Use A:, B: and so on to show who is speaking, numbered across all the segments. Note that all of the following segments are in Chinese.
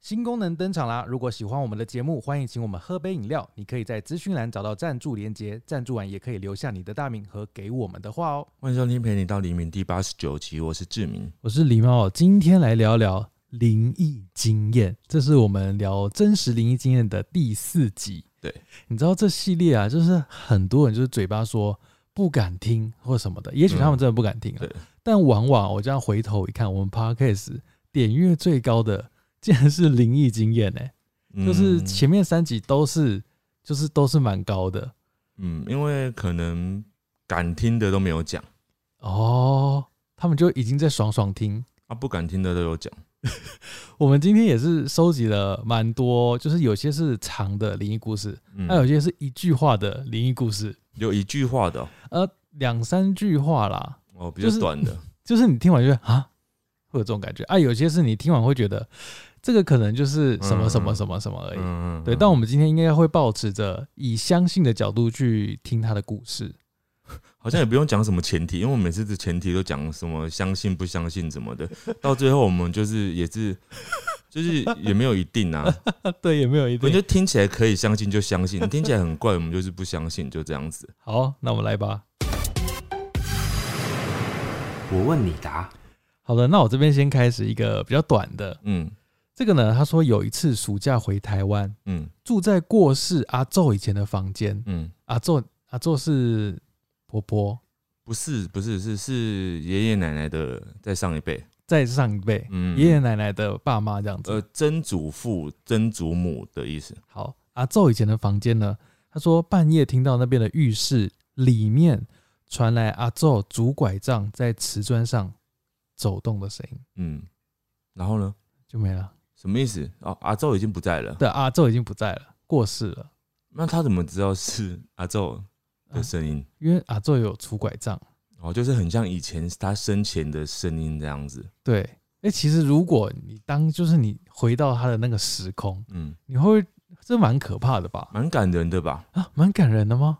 A: 新功能登场啦！如果喜欢我们的节目，欢迎请我们喝杯饮料。你可以在资讯栏找到赞助连接，赞助完也可以留下你的大名和给我们的话哦。
B: 欢迎收听《陪你到黎明》第八十九集，我是志明。
A: 我是狸猫，今天来聊聊灵异经验，这是我们聊真实灵异经验的第四集。
B: 对，
A: 你知道这系列啊，就是很多人就是嘴巴说不敢听或什么的，也许他们真的不敢听啊。
B: 嗯对
A: 但往往我这样回头一看，我们 podcast 点阅最高的竟然是灵异经验欸呢、
B: 嗯
A: 就是前面三集都是就是都是蛮高的
B: 嗯，因为可能敢听的都没有讲
A: 哦，他们就已经在爽爽听。
B: 啊，不敢听的都有讲。
A: 我们今天也是收集了蛮多，就是有些是长的灵异故事，
B: 嗯
A: 那有些是一句话的灵异故事，
B: 有一句话的哦
A: 呃，两三句话啦，
B: 哦，比较
A: 就是
B: 短的，
A: 就是你听完就觉得啊，会有这种感觉啊。有些是你听完会觉得这个可能就是什么什么什么什么而已。
B: 嗯，嗯
A: 哎对，
B: 嗯
A: 但我们今天应该会保持着以相信的角度去听他的故事。
B: 好像也不用讲什么前提，因为我每次的前提都讲什么相信不相信什么 的，到最后我们就是也是就是也没有一定啊，
A: 对，也没有一
B: 我
A: 定。
B: 们就听起来可以相信就相信，听起来很怪，我们就是不相信，就这样子。
A: 好，那我们来吧。
C: 我问你答。
A: 好的，那我这边先开始一个比较短的。
B: 嗯
A: 这个呢，他说有一次暑假回台湾，
B: 嗯
A: 住在过世阿昼以前的房间。
B: 嗯，
A: 阿昼阿昼是婆婆，
B: 不是不是是是爷爷奶奶的再上一辈，
A: 再上一辈，
B: 嗯，
A: 爷爷奶奶的爸妈这样子。
B: 呃曾祖父曾祖母的意思。
A: 好，阿昼以前的房间呢，他说半夜听到那边的浴室里面传来阿昼拄拐杖在瓷砖上走动的声音，
B: 嗯，然后呢？
A: 就没了。
B: 什么意思？哦，阿昼已经不在了，
A: 对，阿昼已经不在了，过世了，
B: 那他怎么知道是阿昼的声音？
A: 因为阿昼有拄拐杖。
B: 哦，就是很像以前他生前的声音这样子。
A: 对，哎、其实如果你当就是你回到他的那个时空，
B: 嗯，
A: 你会这蛮可怕的吧？
B: 蛮感人的吧？
A: 啊，蛮感人的吗？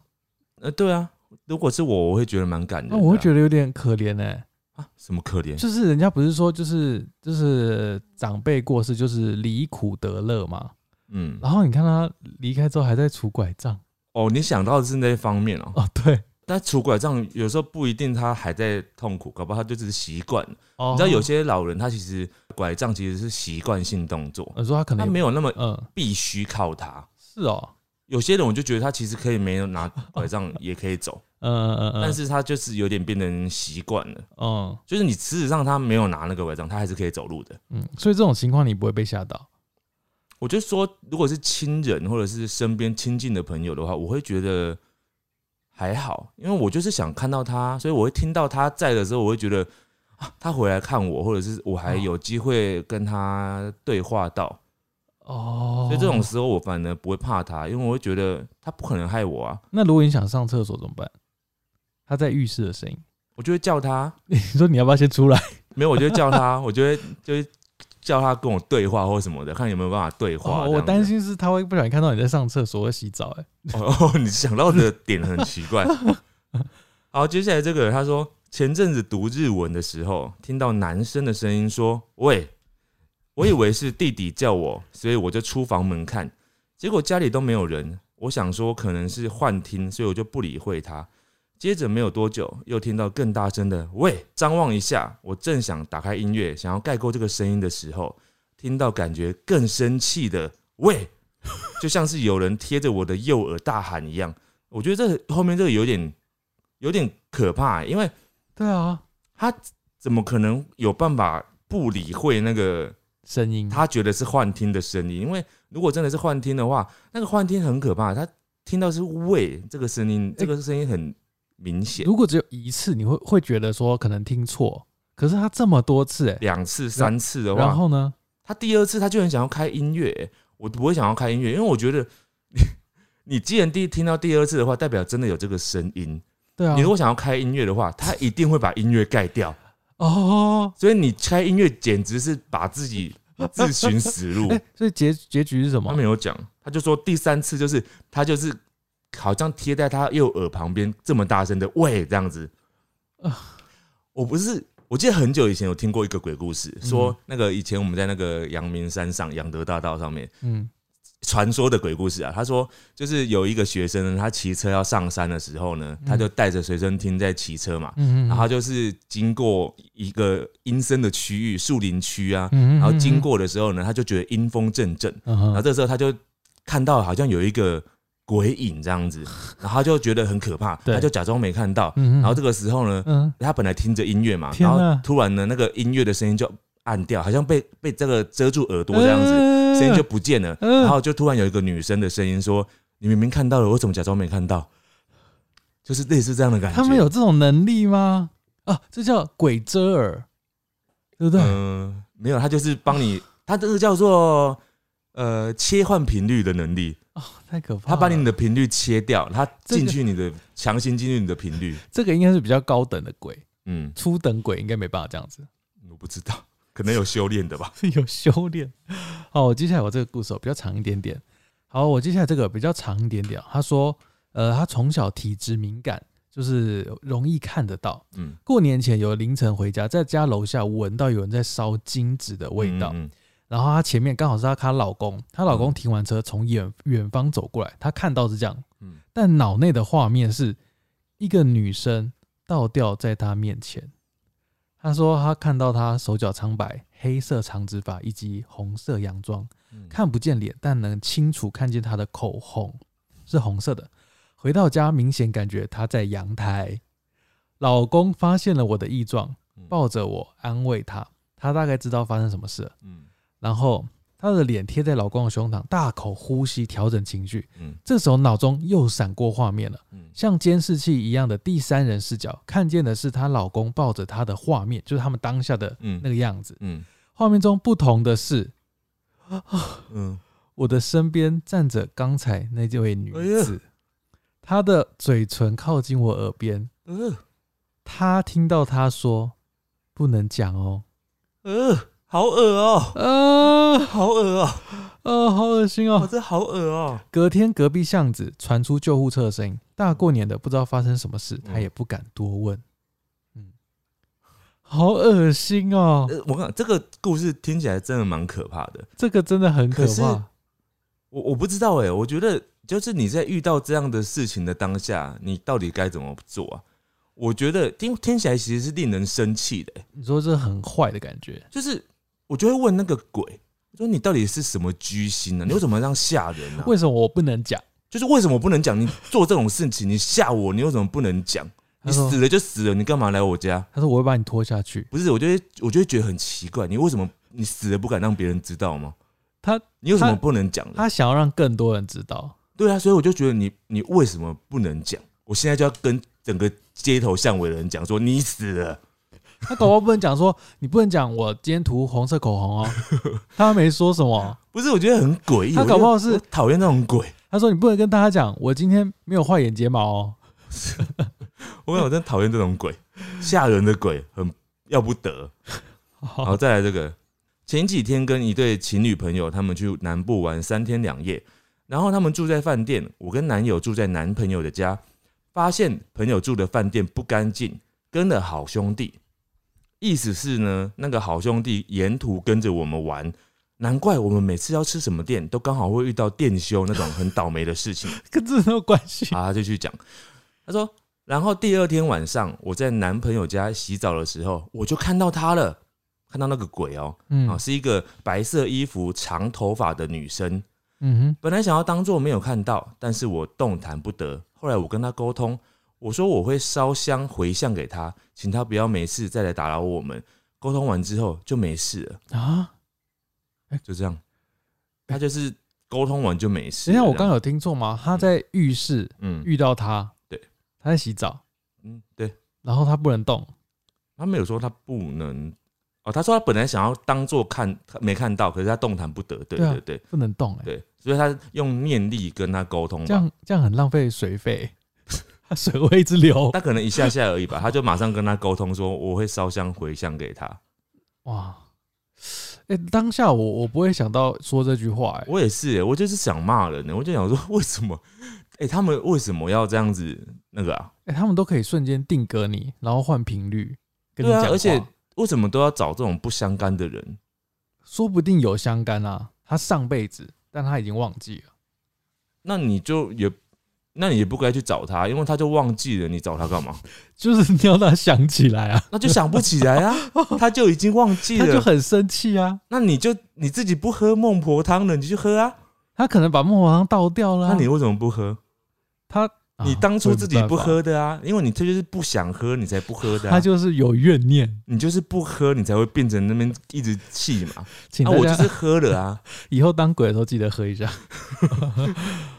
B: 呃，对啊，如果是我，我会觉得蛮感人的
A: 那、哦
B: 啊、
A: 我会觉得有点可怜哎、
B: 得啊，什么可怜？
A: 就是人家不是说就是就是长辈过世就是离苦得乐嘛，
B: 嗯，
A: 然后你看他离开之后还在拄拐杖
B: 哦，你想到的是那方面哦。
A: 哦，对，
B: 但拄拐杖有时候不一定他还在痛苦，搞不好他就只是习惯了。
A: 哦
B: 你知道有些老人他其实拐杖其实是习惯性动作，
A: 我说他可
B: 他
A: 能
B: 没有那么
A: 嗯
B: 必须靠他。
A: 是哦，
B: 有些人我就觉得他其实可以没有拿拐杖也可以走，
A: 嗯嗯嗯，
B: 但是他就是有点变成习惯了。
A: 嗯
B: 就是你事实上他没有拿那个拐杖，他还是可以走路的。
A: 嗯，所以这种情况你不会被吓到
B: 我就说，如果是亲人或者是身边亲近的朋友的话，我会觉得还好，因为我就是想看到他，所以我会听到他在的时候，我会觉得啊，他回来看我，或者是我还有机会跟他对话到。
A: 哦，
B: 所以这种时候我反而不会怕他，因为我会觉得他不可能害我啊，
A: 那如果你想上厕所怎么办？他在浴室的声音，
B: 我就会叫他。
A: 你说你要不要先出来？
B: 没有，我就会叫他，我就会就会叫他跟我对话或什么的，看有没有办法对话。
A: 哦我
B: 这样
A: 担
B: 子。
A: 心是他会不小心看到你在上厕所或洗澡、欸，哎，
B: 哦，你想到的点很奇怪。好，接下来这个人他说，前阵子读日文的时候，听到男生的声音说“喂”，我以为是弟弟叫我，所以我就出房门看，结果家里都没有人。我想说可能是幻听，所以我就不理会他。接着没有多久，又听到更大声的“喂”，张望一下，我正想打开音乐，想要概括这个声音的时候，听到感觉更生气的“喂”，就像是有人贴着我的右耳大喊一样。我觉得这后面这个有点有点可怕、欸因为
A: 对啊，
B: 怎么可能有办法不理会那个
A: 声音，
B: 他觉得是幻听的声音？因为如果真的是幻听的话，那个幻听很可怕，他听到是喂这个声音，这个声音很明显。
A: 如果只有一次，你会会觉得说可能听错，可是他这么多次、欸，
B: 两次、三次的
A: 然
B: 话，
A: 后呢？
B: 他第二次他就很想要开音乐，我不会想要开音乐，因为我觉得 你你既然第听到第二次的话，代表真的有这个声音。
A: 对啊，
B: 你如果想要开音乐的话，他一定会把音乐盖掉，
A: 哦，
B: 所以你开音乐简直是把自己自寻死 路
A: 哎、。所以结结局是什么
B: 嗯他？没有讲，他就说第三次就是他就是好像贴在他右耳旁边这么大声的喂这样子
A: 啊。
B: 我不是我记得很久以前有听过一个鬼故事，说那个以前我们在那个阳明山上养德大道上面
A: 嗯
B: 传说的鬼故事啊。他说，就是有一个学生呢，他骑车要上山的时候呢，他
A: 嗯
B: 就带着随身听在骑车嘛，
A: 嗯嗯，
B: 然后他就是经过一个阴森的区域，树林区啊，
A: 嗯
B: 然后经，过的时候呢，他就觉得阴风阵阵，
A: 嗯
B: 然后
A: 哼
B: 这时候他就看到好像有一个鬼影这样子，然后他就觉得很可怕，
A: 对
B: 他就假装没看到。
A: 嗯，
B: 然后
A: 这
B: 这个时候呢，
A: 嗯
B: 他本来听着音乐嘛，
A: 天
B: 然
A: 啊
B: 后突然呢，那个音乐的声音就暗掉，好像被被这个遮住耳朵这样子，
A: 子
B: 声音就不见了。
A: 嗯
B: 然后就突然有一个女生的声音说：“你明明看到了，我怎么假装没看到？”就是类似这样的感觉。
A: 他们有这种能力吗？啊，这叫鬼遮耳，对不对？
B: 嗯、没有，他就是 帮你，他这个叫做呃切换频率的能力，
A: 哦，太可怕
B: 他
A: 了！
B: 把你的频率切掉，他
A: 这个
B: 进去你的强行进去你的频率。
A: 这个应该是比较高等的鬼，
B: 嗯，
A: 初等鬼应该没办法这样子，
B: 我不知道，可能有修炼的吧。
A: 有修炼。好，我接下来我这个故事哦比较长一点点。好，我接下来这个比较长一点点哦。他说，呃，他从小体质敏感，就是容易看得到。
B: 嗯，
A: 过年前有凌晨回家，在家楼下闻到有人在烧金纸的味道，
B: 嗯嗯
A: 然后她前面刚好是她她老公，她老公停完车从远远方走过来，她看到是这样，
B: 嗯
A: 但脑内的画面是一个女生倒吊在她面前。她说她看到她手脚苍白、黑色长直发以及红色洋装，
B: 嗯
A: 看不见脸，但能清楚看见她的口红是红色的。回到家，明显感觉她在阳台。老公发现了我的异状，抱着我安慰她。她大概知道发生什么事了，
B: 嗯
A: 然后她的脸贴在老公的胸膛，大口呼吸调整情绪。
B: 嗯
A: 这时候脑中又闪过画面了，
B: 嗯
A: 像监视器一样的第三人视角，看见的是她老公抱着她的画面，就是他们当下的
B: 嗯
A: 那个样子。
B: 嗯
A: 画面中不同的是，
B: 嗯，
A: 我的身边站着刚才那位女
B: 哎
A: 子，她的嘴唇靠近我耳边，
B: 呃
A: 她听到她说：“不能讲哦。
B: 呃，好恶哦”，
A: 呃
B: 好恶哦，
A: 呃，好恶心
B: 我
A: 哦！
B: 这好恶哦。
A: 隔天隔壁巷子传出救护车的声音，大过年的不知道发生什么事，她也不敢多问。嗯，好恶心哦，
B: 呃，我讲这个故事听起来真的蛮可怕的。
A: 这个真的很可
B: 可是
A: 怕。
B: 我我不知道哎、我觉得就是你在遇到这样的事情的当下，你到底该怎么做啊？我觉得听听起来其实是令人生气的欸、
A: 你说这很坏的感觉，
B: 就是我就会问那个鬼，我说你到底是什么居心呢、啊你为什么这样吓人呢、啊？
A: 为什么我不能讲？
B: 就是为什么不能讲？你做这种事情，你吓我，你为什么不能讲？
A: 他
B: 你
A: 说
B: 死了就死了，你干嘛来我家？
A: 他说我会把你拖下去。
B: 不是，我就会我就会觉得很奇怪，你为什么你死了不敢让别人知道吗？
A: 他
B: 你有什么
A: 他
B: 不能讲的？
A: 他想要让更多人知道，
B: 对啊，所以我就觉得你你为什么不能讲？我现在就要跟整个街头巷尾的人讲说你死了，
A: 他搞不好不能讲说， 你不能讲我今天涂红色口红 哦。他没说什么，
B: 不是？我觉得很诡异，
A: 他
B: 我就
A: 搞不好是
B: 我讨厌那种鬼。
A: 他说你不能跟大家讲，我今天没有画眼睫毛哦。
B: 我跟你讲我真的讨厌这种鬼，吓人的鬼很要不得。好，
A: 好，
B: 再来这个，前几天跟一对情侣朋友他们去南部玩三天两夜，然后他们住在饭店，我跟男友住在男朋友的家，发现朋友住的饭店不干净，跟了好兄弟，意思是呢，那个好兄弟沿途跟着我们玩。难怪我们每次要吃什么店，都刚好会遇到店休那种很倒霉的事情。
A: 跟这没有关系。
B: 啊，他就去讲，他说，然后第二天晚上我在男朋友家洗澡的时候，我就看到他了，看到那个鬼哦、
A: 嗯
B: 啊，是一个白色衣服、长头发的女生。
A: 嗯
B: 本来想要当做没有看到，但是我动弹不得。后来我跟她沟通，我说我会烧香回向给她，请她不要没事再来打扰我们。沟通完之后就没事了，
A: 哼啊，哎
B: 就这样。她就是沟通完就没事
A: 等一下
B: 了这样。
A: 我刚刚有听错吗？他在浴室
B: 嗯
A: 遇到他，
B: 对，
A: 他在洗澡，
B: 嗯，对，
A: 然后他不能动，
B: 他没有说他不能哦，他说他本来想要当做看他没看到，可是他动弹不得。对
A: 对啊
B: 对对
A: 不能动、欸，
B: 对，所以他用念力跟他沟通
A: 这
B: 吧。
A: 样这样很浪费水费， 他水会一直 流。
B: 他可能一下下而已吧，他就马上跟他沟通说我会烧香回向给他。
A: 哇，哎、当下我我不会想到说这句话、欸，
B: 我也是耶、我就是想骂人呢、我就想说为什么？哎、他们为什么要这样子那个啊？
A: 欸哎、他们都可以瞬间定格你，然后换频率跟你
B: 对
A: 讲
B: 啊
A: 话、，
B: 而且为什么都要找这种不相干的人？
A: 说不定有相干啊，他上辈子，但他已经忘记 了。
B: 那你就也，那你也不该去找他，因为他就忘记了，你找他干嘛？
A: 就是你要他想起来啊，
B: 那就想不起 来啊，他就已经忘记
A: 他就
B: 了。
A: 很生气啊。
B: 那你就你自己不喝孟婆汤了，你就去喝啊。
A: 他可能把孟婆汤倒掉了啊、
B: 那你为什么不喝？
A: 他、啊
B: 你当初自己
A: 我
B: 不，
A: 也没办
B: 喝的啊，因为你这就是不想喝，你才不喝的、
A: 法
B: 啊。
A: 他就是有怨念。
B: 你就是不喝，你才会变成那边一直气 嘛。
A: 请
B: 啊，
A: 大
B: 我
A: 家、
B: 就是喝了啊。
A: 以后当鬼的时候记得喝一 下。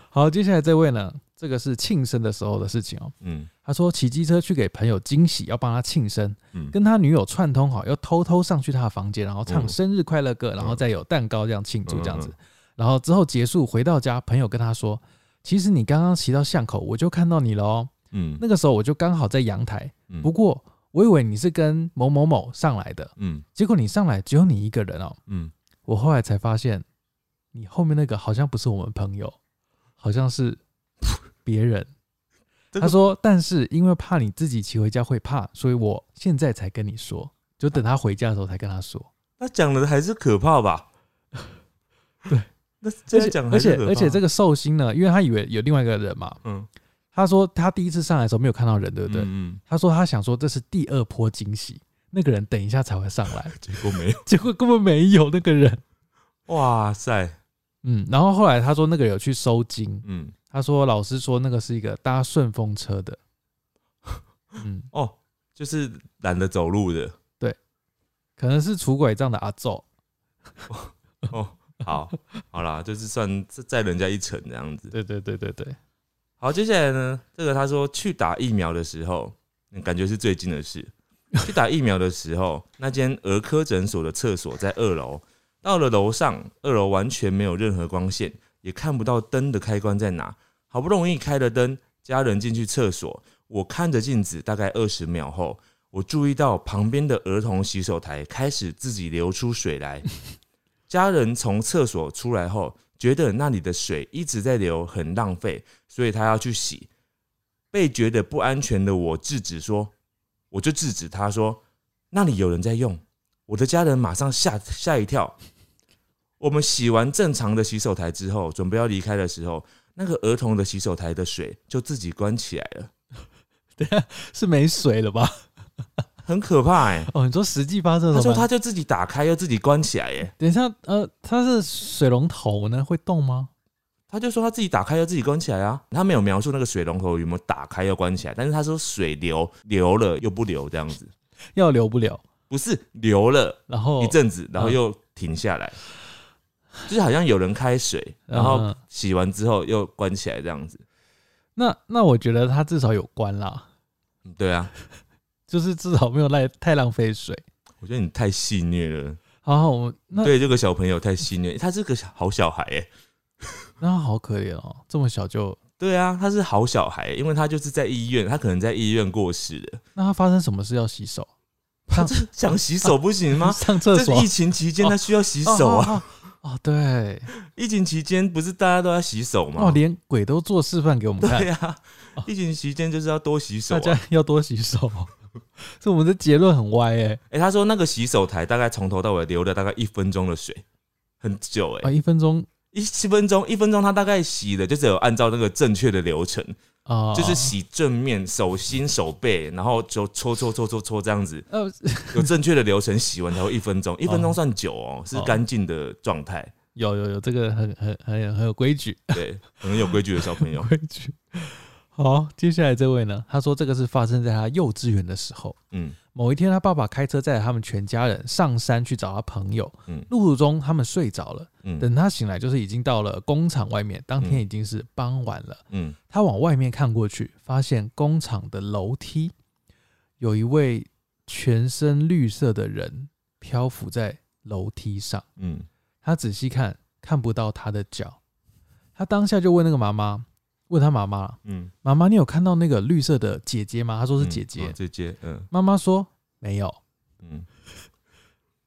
A: 好，接下来这位呢，这个是庆生的时候的事情哦、
B: 嗯
A: 他说骑机车去给朋友惊喜，要帮他庆生，
B: 嗯，
A: 跟他女友串通好，要偷偷上去他的房间，然后唱
B: 嗯
A: 生日快乐歌，然后再有蛋糕这样庆祝
B: 嗯
A: 这样子
B: 嗯。
A: 然后之后结束回到家，朋友跟他说：“其实你刚刚骑到巷口，我就看到你了哦。
B: 嗯
A: 那个时候我就刚好在阳台，
B: 嗯
A: 不过我以为你是跟某某某上来的，
B: 嗯
A: 结果你上来只有你一个人哦。
B: 嗯，
A: 我后来才发现，你后面那个好像不是我们朋友，好像 是别人。”
B: 这个
A: 他说：“但是因为怕你自己骑回家会怕，所以我现在才跟你说，就等他回家的时候才跟他说。
B: 他讲的还是可怕吧？
A: 对，
B: 那
A: 而
B: 这样
A: 且
B: 讲
A: 而
B: 还是
A: 且
B: 可怕。
A: 而且这
B: 个
A: 个寿星呢，因为他以为有另外一个人嘛，
B: 嗯，
A: 他说他第一次上来的时候没有看到人，对不对？
B: 嗯，
A: 他说他想说这是第二波惊喜，那个人等一下才会上来
B: 嗯，结果没有。
A: 结果根本没有那个人。
B: 哇塞，
A: 嗯，然后后来他说那个有去收金，
B: 嗯，
A: 他说老师说那个是一个搭顺风车 的，嗯，
B: 哦，就是懒得走路的。
A: 可能是拄拐杖的阿宙。
B: 哦，好，好啦，就是算在人家一层这样子。
A: 对对对对对，
B: 好，接下来呢，这个他说去打疫苗的时候，嗯感觉是最近的事。去打疫苗的时候，那间儿科诊所的厕所在二楼，到了楼上，二楼完全没有任何光线，也看不到灯的开关在哪。好不容易开了灯，家人进去厕所，我看着镜子，大概二十秒后，我注意到旁边的儿童洗手台开始自己流出水来。家人从厕所出来后，觉得那里的水一直在流，很浪费，所以他要去洗。被觉得不安全的我制止说，我就制止他说，那里有人在用。我的家人马上吓吓一跳。我们洗完正常的洗手台之后，准备要离开的时候，那个儿童的洗手台的水就自己关起来了，
A: 是没水了吧？
B: 很可怕哎、
A: 哦，你说实际发生
B: 他
A: 什
B: 说
A: 么？
B: 他就自己打开又自己关起来耶、
A: 等一下，呃，它是水龙头呢，会动吗？
B: 他就说他自己打开要自己关起来啊，他没有描述那个水龙头有没有打开要关起来，但是他说水流流了又不流这样子，
A: 要流不流？
B: 不是流了
A: 然后
B: 一阵子，然后又停下来，就是好像有人开水，然后
A: 嗯
B: 洗完之后又关起来这样子。
A: 那那我觉得它至少有关啦，
B: 嗯对啊，
A: 就是至少没有太太浪费水。
B: 我觉得你太戏虐了，
A: 好好，我们那
B: 对这个小朋友太戏虐，他是个好小孩欸耶、
A: 那好可怜哦，这么小就……
B: 对啊，他是好小孩，因为他就是在医院，他可能在医院过世的，
A: 那他发生什么事要洗手？上？
B: 想洗手不行吗
A: 上厕
B: 这是
A: 所
B: 疫情期间，他需要洗手啊。
A: 啊！哦，哦对，
B: 疫情期间不是大家都要洗手吗？
A: 哇，哦连鬼都做示范给我们看
B: 对，呀、
A: 哦
B: 疫情期间就是要多洗 手、
A: 大
B: 啊。
A: 家要多洗手。 这我们的结论很歪哎、
B: 哎、他说那个洗手台大概从头到尾流了大概一分钟的水，很久哎、
A: 啊，一分钟
B: 一七分钟，一分钟他大概洗的就只有按照那个正确的流程，
A: 啊，
B: 就是洗正面、手心、手背，然后就搓搓搓搓搓这样子，
A: 呃
B: 有正确的流程洗完才会一分钟，一分钟算久哦，是
A: 哦
B: 干净的状态，
A: 有有有，这个很很很有很有规矩。
B: 对，很有规矩的小朋友，
A: 规矩。好，接下来这位呢，他说这个是发生在他幼稚园的时候。
B: 嗯
A: 某一天，他爸爸开车载他们全家人上山去找他朋友，
B: 嗯
A: 路途中他们睡着了。
B: 嗯
A: 等他醒来，就是已经到了工厂外面，当天已经是傍晚了。
B: 嗯，
A: 他往外面看过去，发现工厂的楼梯有一位全身绿色的人漂浮在楼梯上。
B: 嗯
A: 他仔细看，看不到他的脚。他当下就问那个妈妈，问他妈妈，
B: 嗯，
A: 妈妈，你有看到那个绿色的姐姐吗？她说
B: 都
A: 是姐姐。
B: 姐姐，嗯
A: 妈妈说没有。
B: 嗯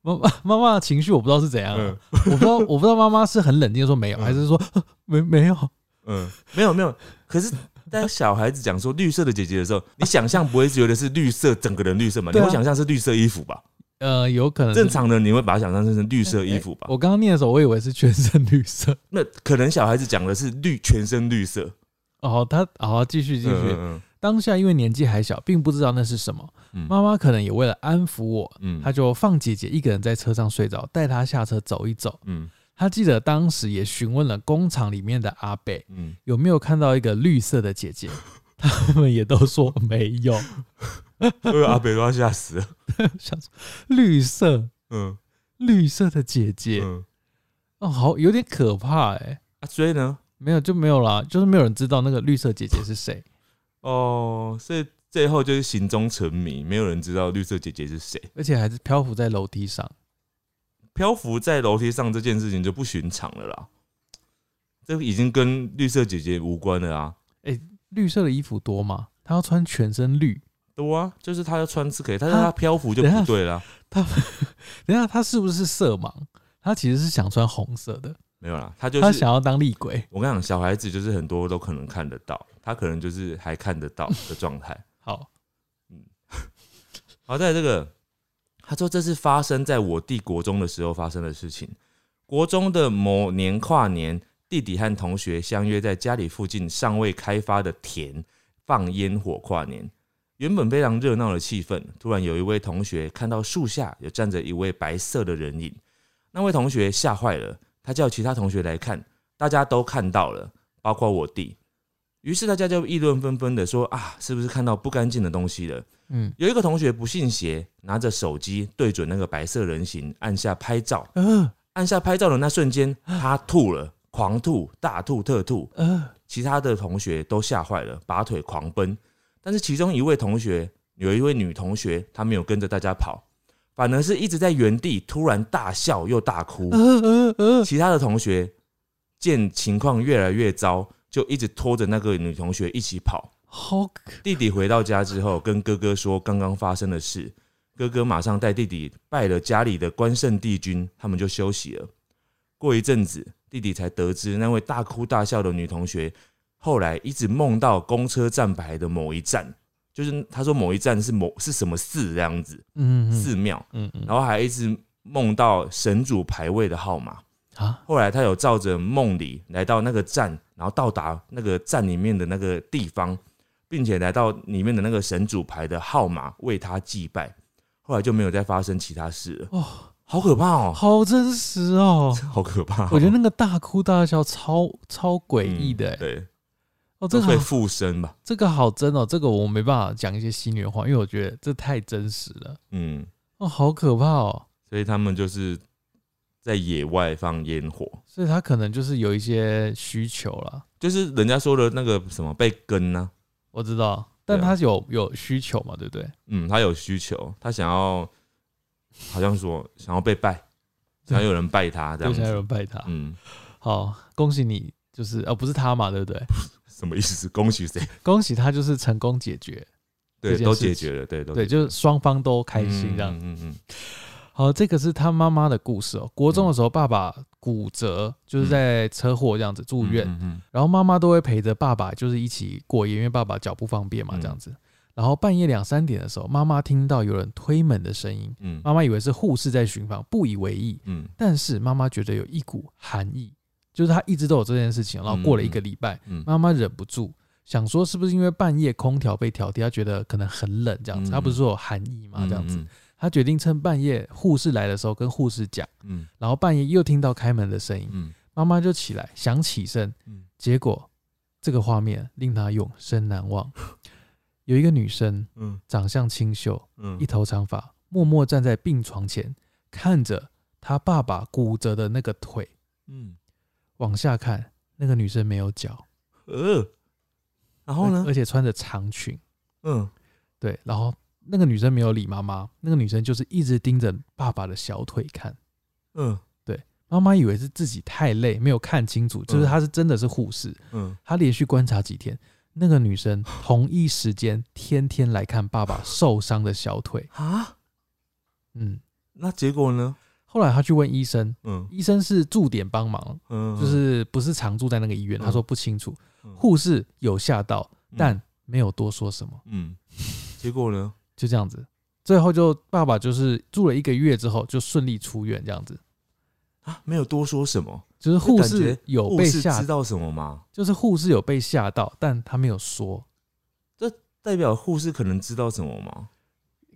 A: 妈妈妈妈的情绪我不知道是怎样啊、我
B: 嗯。
A: 不知道我不知道妈妈是很冷静的说没有，
B: 嗯
A: 还是说 呵没没有？
B: 嗯，没有没有，可是当小孩子讲说绿色的姐姐的时候，你想象不会觉得是绿色整个人绿色嘛？你
A: 对啊
B: 会想象是绿色衣服吧？
A: 呃，有可能
B: 正。常的你会把它想象成是绿色衣服吧？
A: 哎我刚刚念的时候，我以为是全身绿色。
B: 那可能小孩子讲的是绿，全身绿色。
A: 哦，他哦，继续继续。
B: 嗯
A: 当下因为年纪还小，并不知道那是什么。
B: 嗯
A: 妈妈可能也为了安抚我，
B: 嗯
A: 她就放姐姐一个人在车上睡着，带她下车走一走。
B: 嗯
A: 她记得当时也询问了工厂里面的阿贝
B: 嗯，
A: 有没有看到一个绿色的姐 姐，他们也都说没有。
B: 因哎为阿北都要吓死了。
A: 想说绿色
B: 嗯
A: 绿色的姐姐、
B: 嗯，
A: 哦，好有点可怕哎、
B: 啊，所以呢，
A: 没有就没有啦，就是没有人知道那个绿色姐姐是谁。
B: 哦，所以最后就是行踪成谜，没有人知道绿色姐姐是谁。
A: 而且还是漂浮在楼梯上。
B: 漂浮在楼梯上这件事情就不寻常了啦，这已经跟绿色姐姐无关了啊。
A: 绿色的衣服多吗？她要穿全身绿。
B: 对啊，就是她要穿刺可以，但是
A: 她
B: 她漂浮
A: 啊
B: 就
A: 等一下
B: 不对啦，
A: 等一下，她是不是色盲？她其实是想穿红色的，
B: 没有啦，她就
A: 她
B: 是
A: 想要当厉鬼。
B: 我跟你讲，小孩子就是很多都可能看得到，他可能就是还看得到的状态。
A: 好，
B: 好在这个，他说这是发生在我弟国中的时候发生的事情。国中的某年跨年，弟弟和同学相约在家里附近尚未开发的田放烟火跨年。原本非常热闹的气氛，突然有一位同学看到树下有站着一位白色的人影，那位同学吓坏了，他叫其他同学来看，大家都看到了，包括我弟。于是大家就议论纷纷的说啊，是不是看到不干净的东西了？
A: 嗯，
B: 有一个同学不信邪，拿着手机对准那个白色人形，按下拍照。
A: 呃
B: 按下拍照的那瞬间，他吐了，狂吐，大吐特吐。
A: 呃，
B: 其他的同学都吓坏了，拔腿狂奔。但是其中一位同学，有一位女同学，她没有跟着大家跑，反而是一直在原地突然大笑又大哭。
A: 呃呃呃，
B: 其他的同学见情况越来越糟，就一直拖着那个女同学一起跑。
A: 好可，
B: 弟弟回到家之后，跟哥哥说刚刚发生的事，哥哥马上带弟弟拜了家里的关圣帝君，他们就休息了。过一阵子，弟弟才得知那位大哭大笑的女同学，后来一直梦到公车站牌的某一站，就是他说某一站是某是什么寺这样子，
A: 嗯嗯
B: 寺庙，
A: 嗯嗯
B: 然后还一直梦到神主牌位的号码。
A: 啊，
B: 后来他有照着梦里来到那个站，然后到达那个站里面的那个地方，并且来到里面的那个神主牌的号码为他祭拜。后来就没有再发生其他事了，
A: 哦，
B: 好可怕 哦，
A: 好真实哦。
B: 好可怕哦、
A: 我觉得那个大哭大笑超超诡异的、
B: 嗯
A: 欸，
B: 对，
A: 哦，这
B: 这
A: 个
B: 会
A: 好
B: 附身吧？
A: 这个好真哦，这个我没办法讲一些戏谑话，因为我觉得这太真实了，
B: 嗯，
A: 哦，好可怕哦，
B: 所以他们就是在野外放烟火，
A: 所以他可能就是有一些需求啦，
B: 就是人家说的那个什么被跟啊呢、
A: 我知道，但
B: 对啊
A: 他有有需求嘛，对不对？
B: 嗯，他有需求，他想要，好像说想要被拜，想要有人拜他这
A: 就
B: 样
A: 想有
B: 子，
A: 人拜他，
B: 嗯。
A: 好，恭喜你，就是呃、不是他嘛，对不 对？
B: 什么意思？恭喜谁？
A: 恭喜他就是成功解决，这
B: 对，
A: 件
B: 都
A: 事情
B: 解决了，对，都
A: 对，
B: 解决
A: 就是
B: 了
A: 双方都开心这样。
B: 嗯嗯嗯
A: 好，这个是他妈妈的故事哦。国中的时候，爸爸骨折，就是在车祸这样子住
B: 嗯，
A: 院，
B: 嗯嗯
A: 然后妈妈都会陪着爸爸，就是一起过夜，因为爸爸脚不方便嘛，
B: 嗯
A: 这样子。然后半夜两三点的时候，妈妈听到有人推门的声音，
B: 嗯
A: 妈妈以为是护士在巡房，不以为意。
B: 嗯
A: 但是妈妈觉得有一股寒意，就是她一直都有这件事情，然后过了一个礼拜，
B: 嗯嗯
A: 妈妈忍不住想说，是不是因为半夜空调被调低，她觉得可能很冷这样子？
B: 嗯
A: 她不是说有寒意吗？这样子，
B: 嗯，
A: 她决定趁半夜护士来的时候跟护士讲，
B: 嗯
A: 然后半夜又听到开门的声音，
B: 嗯
A: 妈妈就起来想起身
B: 嗯，
A: 结果这个画面令她永生难忘。有一个女生
B: 嗯
A: 长相清秀，
B: 嗯
A: 一头长发，默默站在病床前，看着她爸爸骨折的那个腿
B: 嗯
A: 往下看，那个女生没有脚，
B: 呃，然后
A: 而
B: 呢
A: 而？且穿着长裙，
B: 嗯
A: 对，然后那个女生没有理妈妈，那个女生就是一直盯着爸爸的小腿看，
B: 嗯
A: 妈妈以为是自己太累没有看清楚，就是她是真的是护士，
B: 嗯，
A: 她连续观察几天。那个女 生同一时间天天来看爸爸受伤的小腿，
B: 啊，
A: 嗯，
B: 那结果呢？
A: 后来她去问医生，
B: 嗯
A: 医生是驻点帮忙，
B: 嗯，
A: 就是不是常住在那个医院，
B: 嗯
A: 他说不清楚。
B: 嗯
A: 护士有吓到，
B: 嗯
A: 但没有多说什么，
B: 嗯，结果呢？
A: 就这样子。最后就爸爸就是住了一个月之后就顺利出院，这样子。
B: 啊，没有多说什么。
A: 就是护
B: 就感
A: 士
B: 觉
A: 有
B: 护
A: 被
B: 士
A: 吓
B: 知，道什么吗？
A: 就是护士有被吓到，但他没有说，
B: 代表护士可能知道什么吗？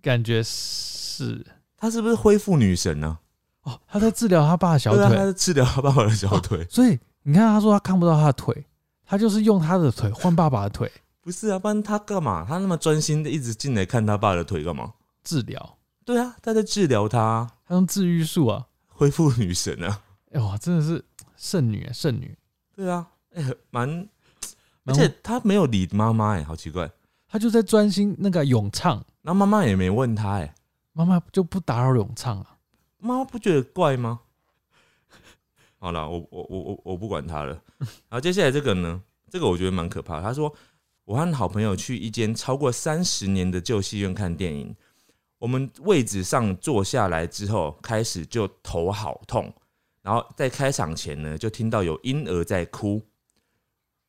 A: 感觉是
B: 她是不是恢复女神呢、
A: 哦，他在治疗他爸的小
B: 对啊，她
A: 腿，
B: 在治疗她爸爸的小腿。
A: 所以你看他说他看不到他的腿，他就是用他的腿换爸爸的腿
B: 不是啊，不然她干嘛？她那么专心的一直进来看她爸的腿干嘛？
A: 治疗，
B: 对啊，她在治疗她
A: 他用治愈术啊，
B: 恢复女神啊。
A: 哎哇，真的是圣女圣女，
B: 对啊，哎、蛮，而
A: 然
B: 且
A: 后
B: 她没有理妈妈哎，好奇怪。
A: 他就在专心那个咏唱，
B: 然后妈妈也没问她哎、
A: 妈妈就不打扰咏唱啊，
B: 妈妈不觉得怪吗？ 好了，我我我我我不管他了。 然后接下来这个呢，这个我觉得蛮可怕的他说，我和好朋友去一间超过三十年的旧戏院看电影，我们位置上坐下来之后，开始就头好痛，然后在开场前呢，就听到有婴儿在哭。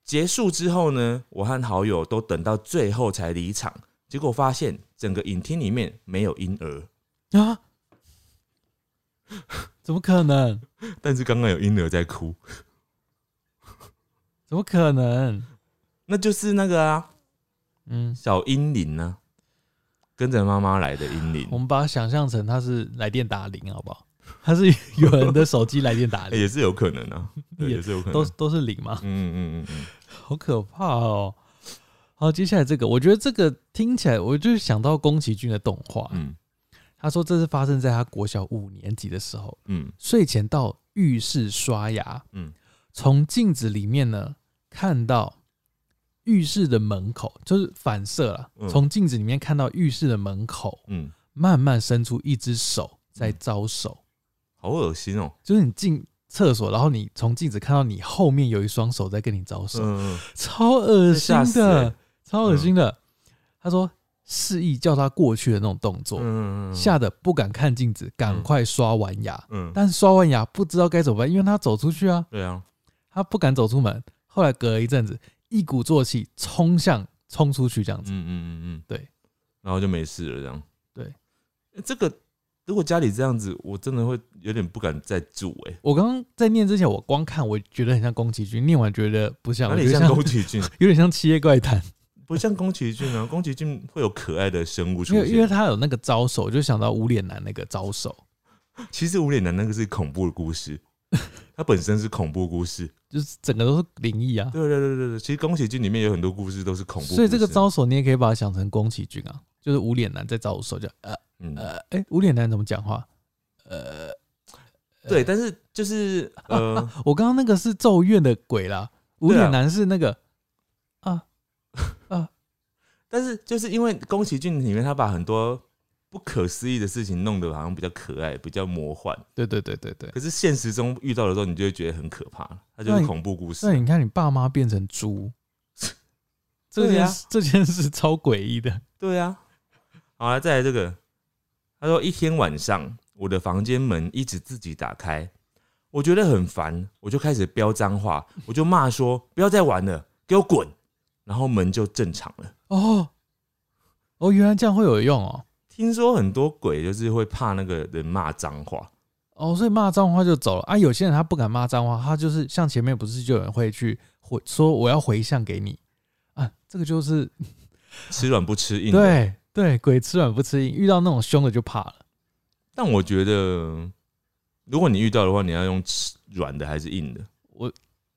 B: 结束之后呢，我和好友都等到最后才离场，结果发现整个影厅里面没有婴儿，
A: 啊， 怎么可能？
B: 但是刚刚有婴儿在哭。
A: 怎么可能？
B: 那就是那个啊，
A: 嗯，
B: 小阴灵呢，跟着妈妈来的阴灵
A: 我，们把它想象成他是来电打铃，好不好？他是有人的手机来电打
B: 哎
A: 铃，
B: 也是有可能啊，对
A: 也
B: 也是有可能，
A: 都都是零吗？
B: 嗯嗯嗯嗯
A: 好可怕哦！好，接下来这个，我觉得这个听起来，我就想到宫崎骏的动画。
B: 嗯
A: 他说这是发生在他国小五年级的时候，
B: 嗯
A: 睡前到浴室刷牙，
B: 嗯
A: 从镜子里面呢看到浴室的门口，就是反射了
B: 嗯，
A: 从镜子里面看到浴室的门口，
B: 嗯，
A: 慢慢伸出一只手在招手。
B: 好恶心哦，
A: 就是你进厕所，然后你从镜子看到你后面有一双手在跟你招手，
B: 嗯
A: 超恶心
B: 吓死
A: 的，
B: 欸
A: 超恶心的。他说示意叫他过去的那种动作，
B: 嗯
A: 吓得不敢看镜子，赶快刷完牙。
B: 嗯，
A: 但是刷完牙不知道该怎么办，因为他走出去啊，
B: 对啊，
A: 他不敢走出门。后来隔了一阵子，一鼓作气冲向冲出去这样
B: 嗯
A: 子，
B: 嗯嗯嗯，
A: 对，
B: 然后就没事了这样，
A: 对
B: 欸，这个如果家里这样子，我真的会有点不敢再住哎、
A: 我刚刚在念之前，我光看我觉得很像宫崎骏，念完觉得不像，
B: 哪
A: 我觉
B: 里
A: 得
B: 像宫崎骏？
A: 有点像《七夜怪谈》。
B: 不像宫崎骏啊，宫崎骏会有可爱的生物出
A: 因为因为
B: 现。
A: 他有那个招手，我就想到无脸男那个招手，
B: 其实无脸男那个是恐怖的 故事，它本身是恐怖故事，
A: 就是整个都是灵异啊。
B: 对对对对对，其实宫崎骏里面有很多故事都是恐怖故事，
A: 所以这个招手你也可以把它想成宫崎骏啊，就是无脸男在招手，就呃
B: 嗯、
A: 呃，哎、无脸男怎么讲话？呃，
B: 对，但是 就是呃，
A: 我刚刚那个是咒怨的鬼啦，无脸男是那个啊
B: 但是就是因为宫崎骏里面他把很多不可思议的事情弄得好像比较可爱，比较魔幻，
A: 对对对对对。
B: 可是现实中遇到的时候，你就会觉得很可怕，它就
A: 那
B: 是
A: 你
B: 恐怖故事
A: 那。你看你爸妈变成 猪，这
B: 对
A: 件
B: 啊
A: 事、这件事超诡异的。
B: 对啊，好了，再来这个。他说一天晚上，我的房间门一直自己打开，我觉得很烦，我就开始飙脏话，我就骂说不要再玩了，给我滚，然后门就正常了。
A: 哦哦，原来这样会有用哦
B: 听说很多鬼就是会怕那个人骂脏话，
A: 哦，所以骂脏话就走了啊。有些人他不敢骂脏话，他就是像前面不是就有人会去回说我要回向给你啊，这个就是
B: 吃软不吃硬。，
A: 对对，鬼吃软不吃硬，遇到那种凶的就怕了。
B: 但我觉得如果你遇到的话，你要用吃软的还是硬的？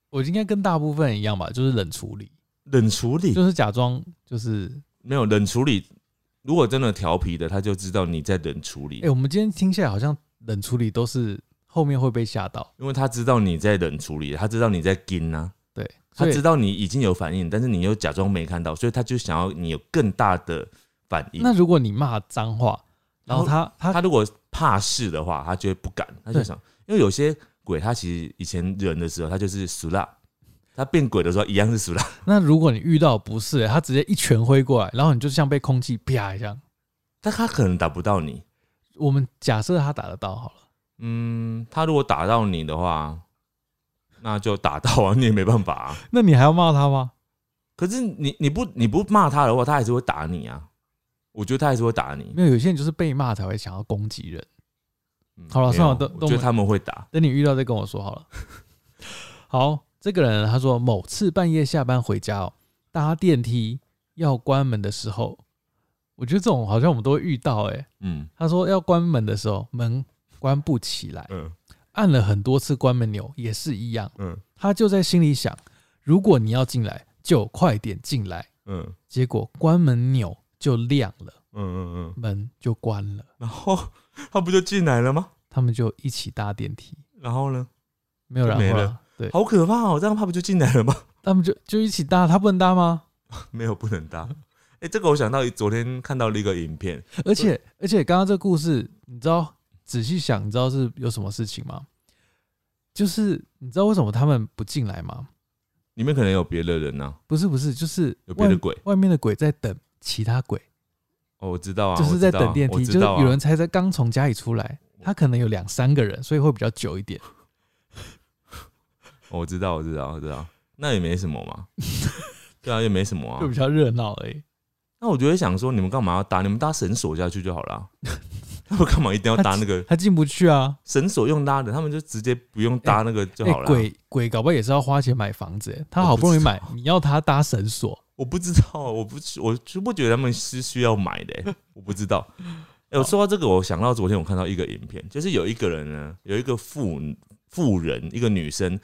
A: 我应该跟大部分人一样吧，就是冷处理，
B: 冷处理
A: 就是假装就是
B: 没有冷处理，如果真的调皮的，他就知道你在冷处理
A: 哎、，我们今天听下来好像冷处理都是后面会被吓到，
B: 因为他知道你在冷处理，他知道你在跟啊，
A: 对，
B: 他
A: 所以
B: 知道你已经有反应，但是你又假装没看到，所以他就想要你有更大的反应。
A: 那如果你骂脏话，然后
B: 然
A: 他他
B: 他如果怕事的话，他就会不敢，他就想，因为有些鬼他其实以前人的时候，他就是俗辣，他变鬼的时候一样是俗辣，
A: 那如果你遇到不是、欸他直接一拳挥过来，然后你就像被空气啪一下。
B: 但他可能打不到你。
A: 我们假设他打得到好了。
B: 嗯，他如果打到你的话，那就打到啊，你也没办法、啊。
A: 那你还要骂他吗？
B: 可是你你不你不骂他的话，他还是会打你啊。我觉得他还是会打你。
A: 没有，有些人就是被骂才会想要攻击人。
B: 嗯
A: 好了
B: 没有
A: 算了都
B: 我觉得他们会打。
A: 等你遇到再跟我说好了。 好，这个人他说某次半夜下班回家哦，搭电梯要关门的时候，我觉得这种好像我们都会遇到哎、
B: 嗯
A: 他说要关门的时候门关不起来，
B: 嗯
A: 按了很多次关门钮也是一样。
B: 嗯
A: 他就在心里想，如果你要进来就快点进来。
B: 嗯
A: 结果关门钮就亮了，
B: 嗯嗯嗯，
A: 门就关了，
B: 然后他不就进来了吗？
A: 他们就一起搭电梯，
B: 然后呢？
A: 没有然
B: 就
A: 后
B: 没
A: 了。对，
B: 好可怕哦！这样他不就进来了吗？
A: 他们就就一起搭，他不能搭吗？
B: 没有，不能搭。哎、这个我想到昨天看到了一个影片，
A: 而且而且刚刚这个故事，你知道仔细想，你知道是有什么事情吗？就是你知道为什么他们不进来吗？
B: 里面可能有别的人呢、
A: 不是不是，就是
B: 有别的
A: 外
B: 鬼
A: 外面的鬼在等其他鬼，
B: 哦，我知道啊，
A: 就是
B: 我
A: 在
B: 知道啊
A: 等电
B: 我
A: 梯，
B: 知
A: 就是
B: 道啊
A: 有人才在刚从家里出来，他可能有两三个人，所以会比较久一点。
B: 哦我知道，我知道，我知道，那也没什么嘛，对啊，也没什么 啊
A: 就。比较热闹而已。
B: 那我就会想说，你们干嘛要搭？你们搭绳索下去就好了啊。 他们干嘛一定要搭那个
A: 他进不去啊，
B: 绳索用拉的？他们就直接不用搭那个就
A: 哎
B: 好了啊。
A: 鬼鬼搞不好也是要花钱买房子、哎他
B: 我
A: 好
B: 不
A: 不容易
B: 知
A: 买
B: 道，
A: 你要他搭绳索，
B: 我不知道，啊我不，我就不觉得他们是需要买的欸、我不知道。哎、我说到这个，我想到昨天我看到一个影片，就是有一个人呢，有一个妇妇人，一个女生，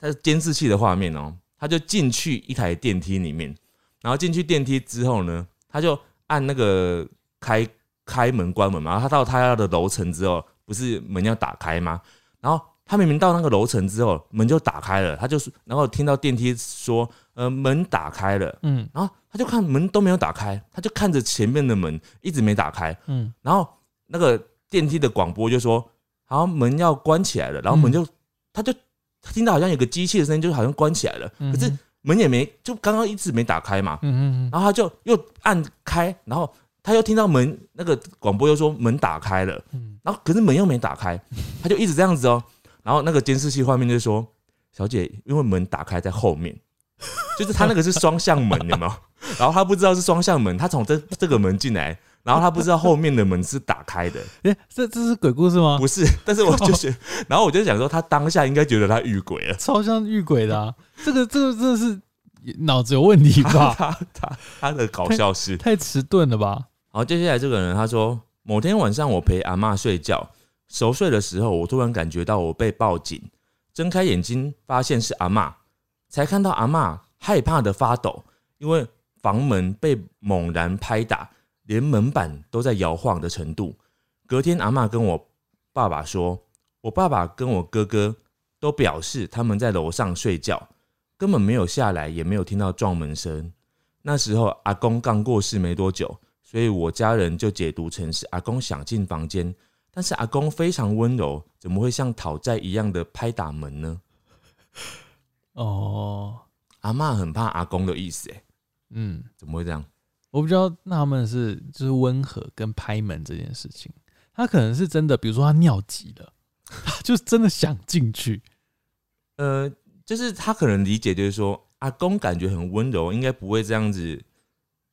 B: 她是监视器的画面哦、她就进去一台电梯里面，然后进去电梯之后呢，她就按那个开开门关门嘛，然后她到她的楼层之后，不是门要打开吗？然后她明明到那个楼层之后，门就打开了，她就说然后听到电梯说，呃，门打开了。
A: 嗯
B: 然后他就看门都没有打开，他就看着前面的门一直没打开，
A: 嗯，
B: 然后那个电梯的广播就说，好像门要关起来了，然后门就、他就他听到好像有个机器的声音，就好像关起来了，
A: 嗯
B: 可是
A: 哼
B: 门也没，就刚刚一直没打开嘛，
A: 嗯嗯
B: 然后他就又按开，然后他又听到门那个广播又说门打开了，
A: 嗯
B: 然后可是门又没打开，他就一直这样子哦。然后那个监视器画面就说：“小姐，因为门打开在后面，就是他那个是双向门，有没有？然后他不知道是双向门，他从这这个门进来，然后他不知道后面的门是打开的，
A: 嗯，哎、这这是鬼故事吗？
B: 不是。但是我就觉得，然后我就想说，他当下应该觉得他遇鬼了，
A: 超像遇鬼的、啊，这个这个真的是脑子有问题
B: 他
A: 吧？
B: 他他他的搞笑是，
A: 太迟钝了吧？
B: 好，接下来这个人他说，某天晚上我陪阿嬷睡觉，熟睡的时候，我突然感觉到我被抱紧，睁开眼睛发现是阿嬷，才看到阿嬷害怕的发抖，因为房门被猛然拍打，连门板都在摇晃的程度。隔天阿嬷跟我爸爸说，我爸爸跟我哥哥都表示他们在楼上睡觉，根本没有下来，也没有听到撞门声。那时候阿公刚过世没多久，所以我家人就解读成是阿公想进房间，但是阿公非常温柔，怎么会像讨债一样的拍打门呢？
A: 哦，
B: 阿嬷很怕阿公的意思、欸，
A: 嗯，
B: 怎么会这样？
A: 我比较纳闷的是，就是温和跟拍门这件事情，他可能是真的，比如说他尿急了， 他就真的想进去，
B: 呃，就是他可能理解就是说，阿公感觉很温柔，应该不会这样子。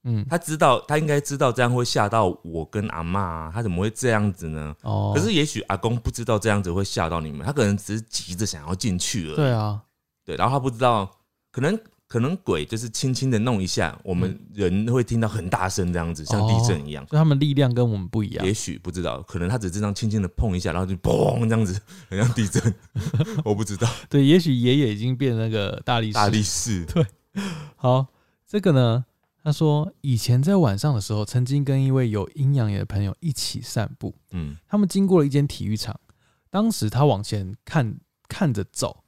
A: 嗯，
B: 他知道，他应该知道这样会吓到我跟阿嬷、啊，他怎么会这样子呢？
A: 哦，
B: 可是也许阿公不知道这样子会吓到你们，他可能只是急着想要进去而已。
A: 对啊，
B: 对，然后他不知道，可能可能鬼就是轻轻的弄一下，我们人会听到很大声这样子，像地震一样。
A: 所以他们力量跟我们不一样
B: 也，许不知道，可能他只是这样轻轻的碰一下，然后就砰这样子，很像地震。我不知道
A: 对，也许爷爷已经变那个大力士。
B: 大力士，
A: 好，这个呢，他说以前在晚上的时候，曾经跟一位有阴阳眼的朋友一起散步，
B: 嗯
A: 他们经过了一间体育场，当时他往前看看着走，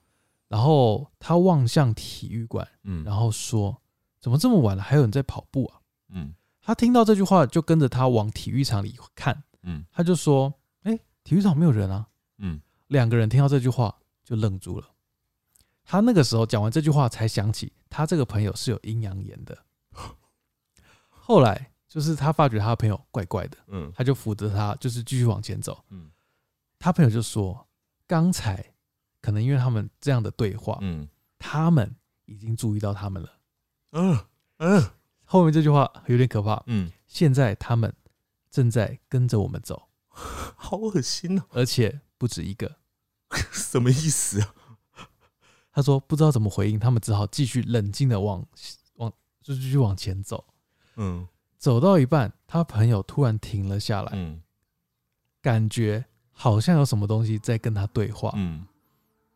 A: 然后他望向体育馆，
B: 嗯，
A: 然后说：“怎么这么晚了，还有人在跑步啊
B: 嗯？”
A: 他听到这句话，就跟着他往体育场里看，
B: 嗯
A: 他就说：“哎、体育场没有人啊。”
B: 嗯，
A: 两个人听到这句话就愣住了。他那个时候讲完这句话，才想起他这个朋友是有阴阳眼的。后来就是他发觉他的朋友怪怪的，
B: 嗯
A: 他就扶着他，就是继续往前走。
B: 嗯
A: 他朋友就说，刚才可能因为他们这样的对话，
B: 嗯
A: 他们已经注意到他们了。
B: 嗯嗯，
A: 后面这句话有点可怕。
B: 嗯，
A: 现在他们正在跟着我们走，
B: 好恶心哦，
A: 而且不止一个。
B: 什么意思啊？
A: 他说不知道怎么回应，他们只好继续冷静的往往就继续往前走。
B: 嗯
A: 走到一半，他朋友突然停了下来，
B: 嗯
A: 感觉好像有什么东西在跟他对话，
B: 嗯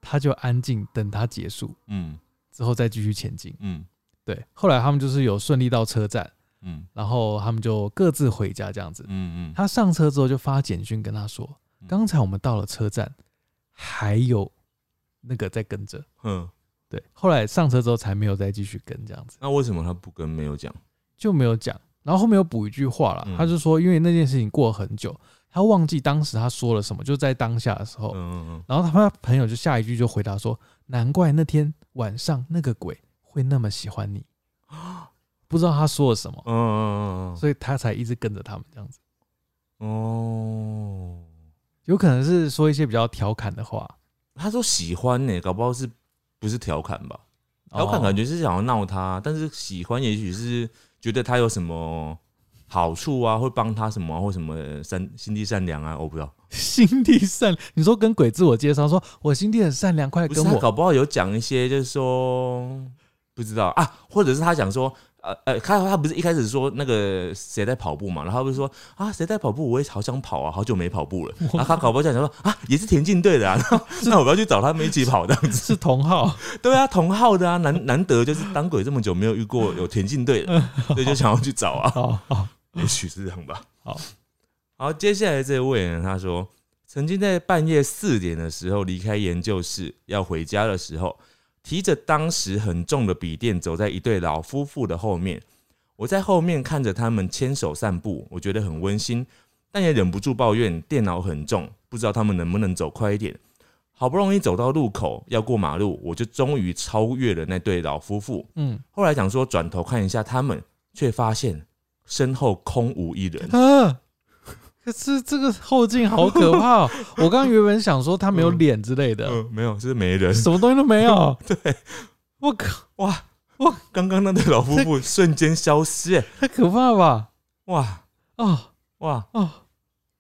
A: 他就安静等他结束
B: 嗯
A: 之后再继续前进。
B: 嗯
A: 对，后来他们就是有顺利到车站，
B: 嗯
A: 然后他们就各自回家这样子。
B: 嗯嗯，
A: 他上车之后就发简讯跟他说，
B: 嗯
A: 刚才我们到了车站，还有那个在跟着。
B: 嗯，
A: 对，后来上车之后才没有再继续跟这样子，
B: 那为什么他不跟没有讲？
A: 就没有讲。然后后面有补一句话了，
B: 嗯
A: 他就说，因为那件事情过了很久，他忘记当时他说了什么，就在当下的时候。
B: 嗯嗯
A: 然后他朋友就下一句就回答说：“难怪那天晚上那个鬼会那么喜欢 你。”不知道他说了什么，
B: 嗯嗯
A: 所以他才一直跟着他们这样子。
B: 嗯哦，
A: 有可能是说一些比较调侃的话，
B: 他说喜欢呢，搞不好是不是调侃吧？调侃感
A: 觉
B: 觉是想要闹他，但是喜欢也许是觉得他有什么好处啊，会帮他什么、啊、或什么善心地善良啊，我不知道。
A: 心地善。你说跟鬼自我介绍，说我心地很善良，快来
B: 不是
A: 哎跟
B: 他
A: 我。
B: 搞不好有讲一些，就是说不知道啊，或者是他讲说，呃呃，他他不是一开始说那个谁在跑步嘛，然后他不是说啊谁在跑步，我也好想跑啊，好久没跑 步了。然后他搞不好就想说啊也是田径队的啊，那那我要去找他们一起跑的。
A: 是同 号，
B: 对啊，同号的啊，难难得就是当鬼这么久没有遇过有田径队的，所以就想要去找啊，
A: 好好
B: 也许是这样吧。
A: 好，
B: 好，接下来这位呢，他说曾经在半夜四点的时候离开研究室要回家的时候，提着当时很重的笔电走在一对老夫妇的后面，我在后面看着他们牵手散步，我觉得很温馨，但也忍不住抱怨电脑很重，不知道他们能不能走快一点。好不容易走到路口要过马路，我就终于超越了那对老夫妇。
A: 嗯
B: 后来想说转头看一下他们，却发现身后空无一人。
A: 啊。可是这个后劲好可怕、 哦！我刚原本想说他没有脸之类的，
B: 嗯、没有，是没人。
A: 什么东西都没有。对，我靠，
B: 哇
A: 哇
B: 哇！刚刚那对老夫妇瞬间消失、哎
A: 太可怕了吧！
B: 哇
A: 啊
B: 哇，
A: 啊！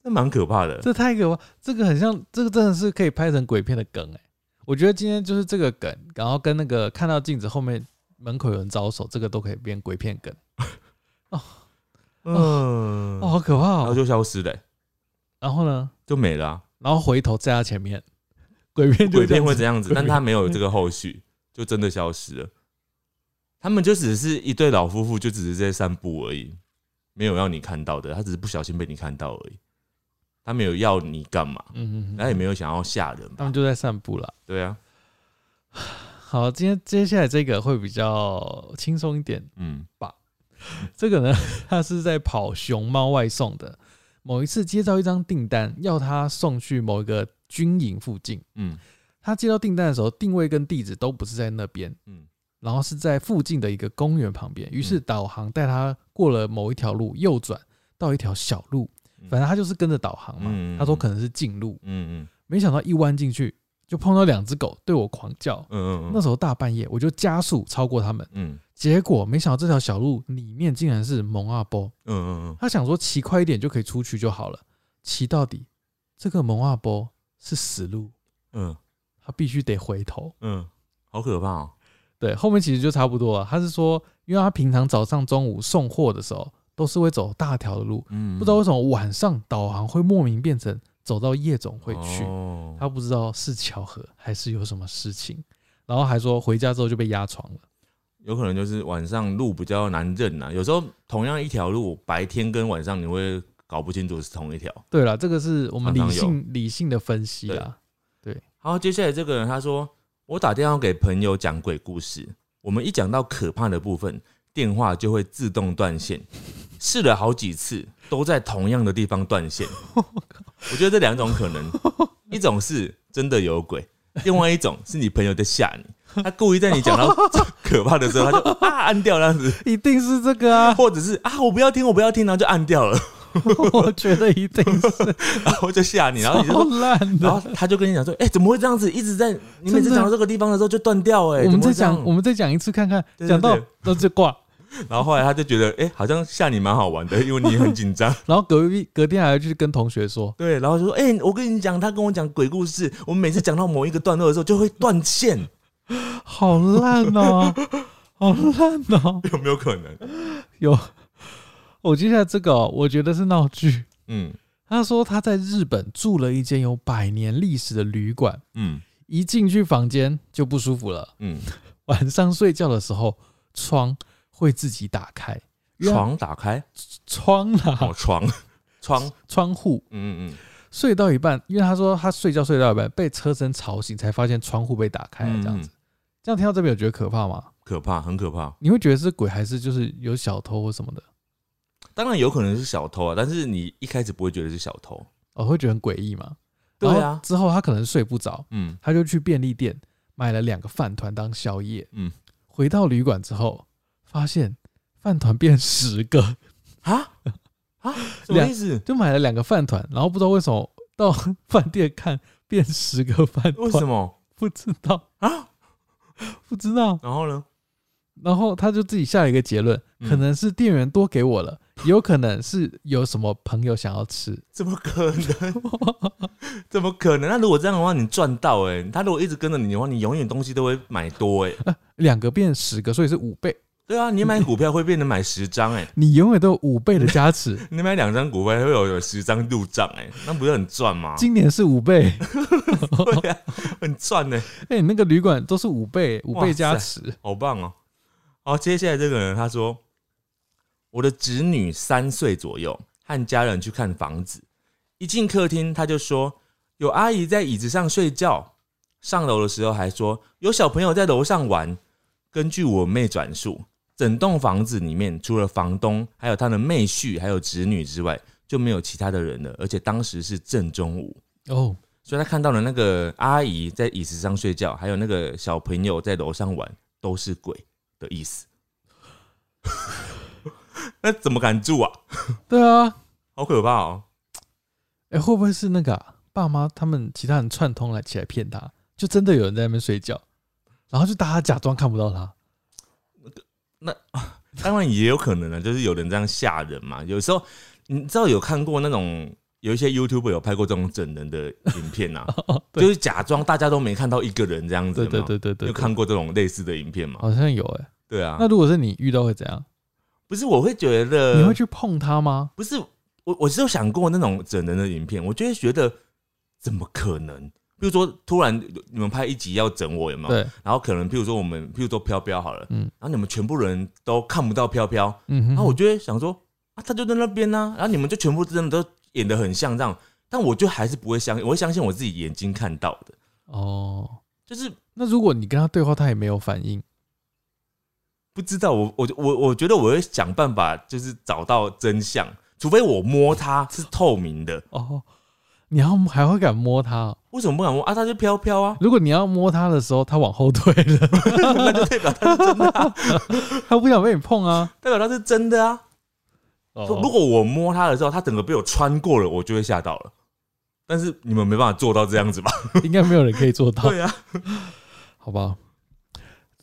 B: 这蛮可怕的。
A: 这太可怕，这个很像，这个真的是可以拍成鬼片的梗哎、我觉得今天就是这个梗，然后跟那个看到镜子后面门口有人招手，这个都可以变鬼片梗，
B: 嗯，
A: 哦，好可怕
B: 然后
A: 哦。
B: 就消失了、哎
A: 然后呢，
B: 就没了啊、
A: 然后回头在他前面， 鬼片就
B: 鬼
A: 这
B: 片
A: 样
B: 会
A: 子
B: 怎样子？
A: 鬼片
B: 但他没有这个后续， 就真的消失了。他们就只是一对老夫妇，就只是在散步而已，没有要你看到的，他只是不小心被你看到而已。他没有要你干嘛，
A: 嗯嗯嗯，
B: 他也没有想要吓人
A: 他
B: 吧
A: 们？就在散步了。
B: 对啊，
A: 好，今天接下来这个会比较轻松一点。
B: 嗯
A: 这个呢， 他是在跑熊猫外送的。某一次接到一张订单，要他送去某一个军营附近。
B: 嗯
A: 他接到订单的时候，定位跟地址都不是在那边，
B: 嗯
A: 然后是在附近的一个公园旁边。于是导航带他过了某一条路，右转到一条小路，
B: 嗯
A: 反正他就是跟着导航嘛
B: 嗯。
A: 他说可能是近路，
B: 嗯嗯
A: 没想到一弯进去就碰到两只狗对我狂叫。
B: 嗯嗯，
A: 那时候大半夜，我就加速超过他们，
B: 嗯
A: 结果没想到这条小路里面竟然是蒙阿波。
B: 嗯嗯嗯
A: 他想说骑快一点就可以出去就好了，骑到底，这个蒙阿波是死路，
B: 嗯
A: 他必须得回头。
B: 嗯，好可怕哦。
A: 对，后面其实就差不多了。他是说，因为他平常早上、中午送货的时候都是会走大条的路，
B: 嗯，
A: 不知道为什么晚上导航会莫名变成走到夜总会去，
B: 哦
A: 他不知道是巧合还是有什么事情。然后还说回家之后就被压床了。
B: 有可能就是晚上路比较难认呐、有时候同样一条路，白天跟晚上你会搞不清楚是同一条。
A: 对了，这个是我们理
B: 常常有
A: 性理性的分析啦。
B: 好，接下来这个人他说，我打电话给朋友讲鬼故事，我们一讲到可怕的部分，电话就会自动断线，试了好几次，都在同样的地方 断线。我觉得这两种可能，一种是真的有鬼，另外一种是你朋友在吓你，他故意在你讲到可怕的时候，他就啊按掉那样子，！
A: 一定是这个啊
B: 或者是啊我不要听，我不要听，然后就按掉了，
A: 我觉得一定是
B: 然后就吓你，然后你就
A: 超
B: 说。
A: 烂
B: 然
A: 的。
B: 后他就跟你讲说：“哎、怎么会这样子？一直在你每次
A: 真的
B: 讲到这个地方的时候就断掉、哎，
A: 我们
B: 怎么
A: 再
B: 会这样
A: 讲，我们再讲一次看看，
B: 对对
A: 讲到
B: 对
A: 那就挂。
B: 然后后来他就觉得，哎、好像吓你蛮好玩的，因为你很紧张。
A: 然后隔壁隔天还要去跟同学说，
B: 对，然后就说，哎、我跟你讲，他跟我讲鬼故事，我们每次讲到某一个段落的时候就会断线，
A: 好烂哦、好烂哦、
B: 有没有可能？
A: 有，我接下来这个哦、我觉得是闹剧。
B: 嗯
A: 他说他在日本住了一间有百年历史的旅馆，
B: 嗯
A: 一进去房间就不舒服了。
B: 嗯，
A: 晚上睡觉的时候，窗会自己打开，因为
B: 床打开，
A: 窗
B: 哦
A: 啦，
B: 床窗，
A: 窗户
B: 嗯嗯
A: 睡到一半，因为他说他睡觉睡到一半被车声吵醒，才发现窗户被打开了
B: 嗯，
A: 这样子。
B: 嗯
A: 这样听到这边有觉得可怕吗？
B: 可怕，很可怕。
A: 你会觉得是鬼还是就是有小偷或什么的？
B: 当然有可能是小偷啊，但是你一开始不会觉得是小偷，
A: 我、哦会觉得很诡异嘛。
B: 对啊
A: 然后之后他可能睡不着，
B: 嗯
A: 他就去便利店买了两个饭团当宵夜。
B: 嗯，
A: 回到旅馆之后，发现饭团变十个，
B: 啊啊，什么
A: 两
B: 意思？
A: 就买了两个饭团，然后不知道为什么到 饭店看变十个饭团，
B: 为什么
A: 不知道
B: 啊？
A: 不知道。
B: 然后呢？
A: 然后他就自己下了一个结论，
B: 嗯
A: 可能是店员多给我了，也有可能是有什么朋友想要吃。
B: 怎么可能？ 怎么可能？那如果这样的话，你赚到哎、他如果一直跟着你的话，你永远东西都会买多哎、
A: 呃两个变十个，所以是五倍。
B: 对啊，你买股票会变成买十张哎、
A: 你永远都有五倍的加 持，
B: 你买两张股票会有有十张入账哎、那不是很 赚吗？
A: 今年是五倍。
B: 对啊，很赚呢、
A: 哎、你那个旅馆都是五倍，五倍加
B: 哇
A: 持。
B: 好棒哦！好，接下来这个人他说，我的侄女三岁左右，和家人去看房子，一进客厅他就说有阿姨在椅子上睡觉，上楼的时候还说有小朋友在楼上玩。根据我妹转述，整栋房子里面除了房东，还有他的妹婿，还有侄女之外，就没有其他的人了。而且当时是正中午，
A: 哦，
B: 所以他看到了那个阿姨在椅子上睡觉，还有那个小朋友在楼上玩，都是鬼的意思。 那怎么敢住啊？
A: 对啊，
B: 好可怕哦！
A: 哎、会不会是那个啊、爸妈他们其他人串通来起来骗他？就真的有人在那边睡觉，然后就大家假装看不到他。
B: 当然也有可能呢，就是有人这样吓人嘛。有时候你知道有看过那种有一些 YouTuber 有拍过这种整人的影 片啊，就
A: 哦对
B: 是假装大家都没看到一个人这样子。
A: 对对
B: 有没有
A: 对对对，
B: 有看过这种类似的影片吗？
A: 好像有哎、
B: 对啊，
A: 那如果是你遇到会怎样？
B: 不是我会觉得
A: 你会去碰他吗？
B: 不是我，我是有想过那种整人的影片，我就会觉得怎么可能？比如说，突然你们拍一集要整我，有没有？
A: 对，
B: 然后可能，譬如说我们，譬如说飘飘好了，
A: 嗯
B: 然后你们全部人都看不到飘飘，
A: 嗯哼哼，
B: 然后我就会想说，啊，他就在那边呢、然后你们就全部真的都演的很像这样，但我就还是不会相信，我会相信我自己眼睛看到的，
A: 哦，
B: 就是
A: 那如果你跟他对话，他也没有反应，
B: 不知道我，我我我觉得我会想办法，就是找到真相，除非我摸
A: 嗯
B: 它是透明的，
A: 哦，你要还会敢摸他哦、
B: 为什么不敢摸啊？它就飘飘啊，
A: 如果你要摸他的时候，他往后退了，
B: 那就代表他是真的、啊，
A: 他不想被你碰啊。哦
B: 代表他是真的啊。如果我摸他的时候，他整个被我穿过了，我就会吓到了。但是你们没办法做到这样子吧？
A: 应该没有人可以做到，
B: 对啊，
A: 好吧？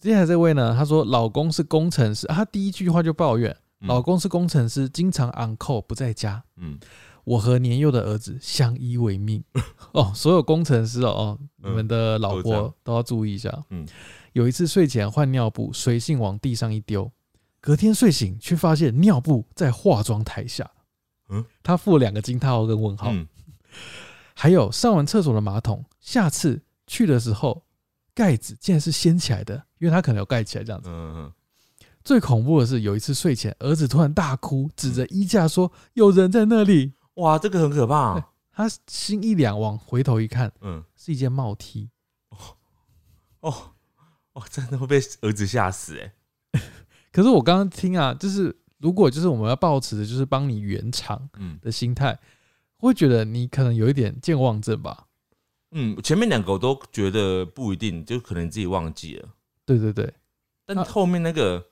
A: 接下来这位呢，她说老公是工程师，啊她第一句话就抱怨、
B: 嗯
A: 老公是工程师，经常 on call 不在家，
B: 嗯，
A: 我和年幼的儿子相依为命。 哦，所有工程师哦，哦，你
B: 嗯
A: 们的老
B: 都这
A: 婆
B: 样
A: 都要注意一下。
B: 嗯
A: 有一次睡前换尿布，随性往地上一丢，隔天睡醒却发现尿布在化妆台下。
B: 嗯，
A: 他附了两个惊叹号跟问号。
B: 嗯
A: 还有上完厕所的马桶，下次去的时候盖子竟然是掀起来的，因为它可能有盖起来这样子。
B: 嗯嗯，
A: 最恐怖的是有一次睡前，儿子突然大哭，指着衣架说有人在那里。
B: 哇，这个很可怕、
A: 对他心一凉，往回头一看，
B: 嗯，
A: 是一件帽 T。
B: 哦，哦，真的会被儿子吓死哎、
A: 可是我刚刚听啊，就是如果就是我们要抱持的就是帮你圆场
B: 嗯
A: 的心态，会觉得你可能有一点健忘症吧？
B: 嗯，前面两个我都觉得不一定，就可能自己忘记了，
A: 对对对，啊
B: 但后面那个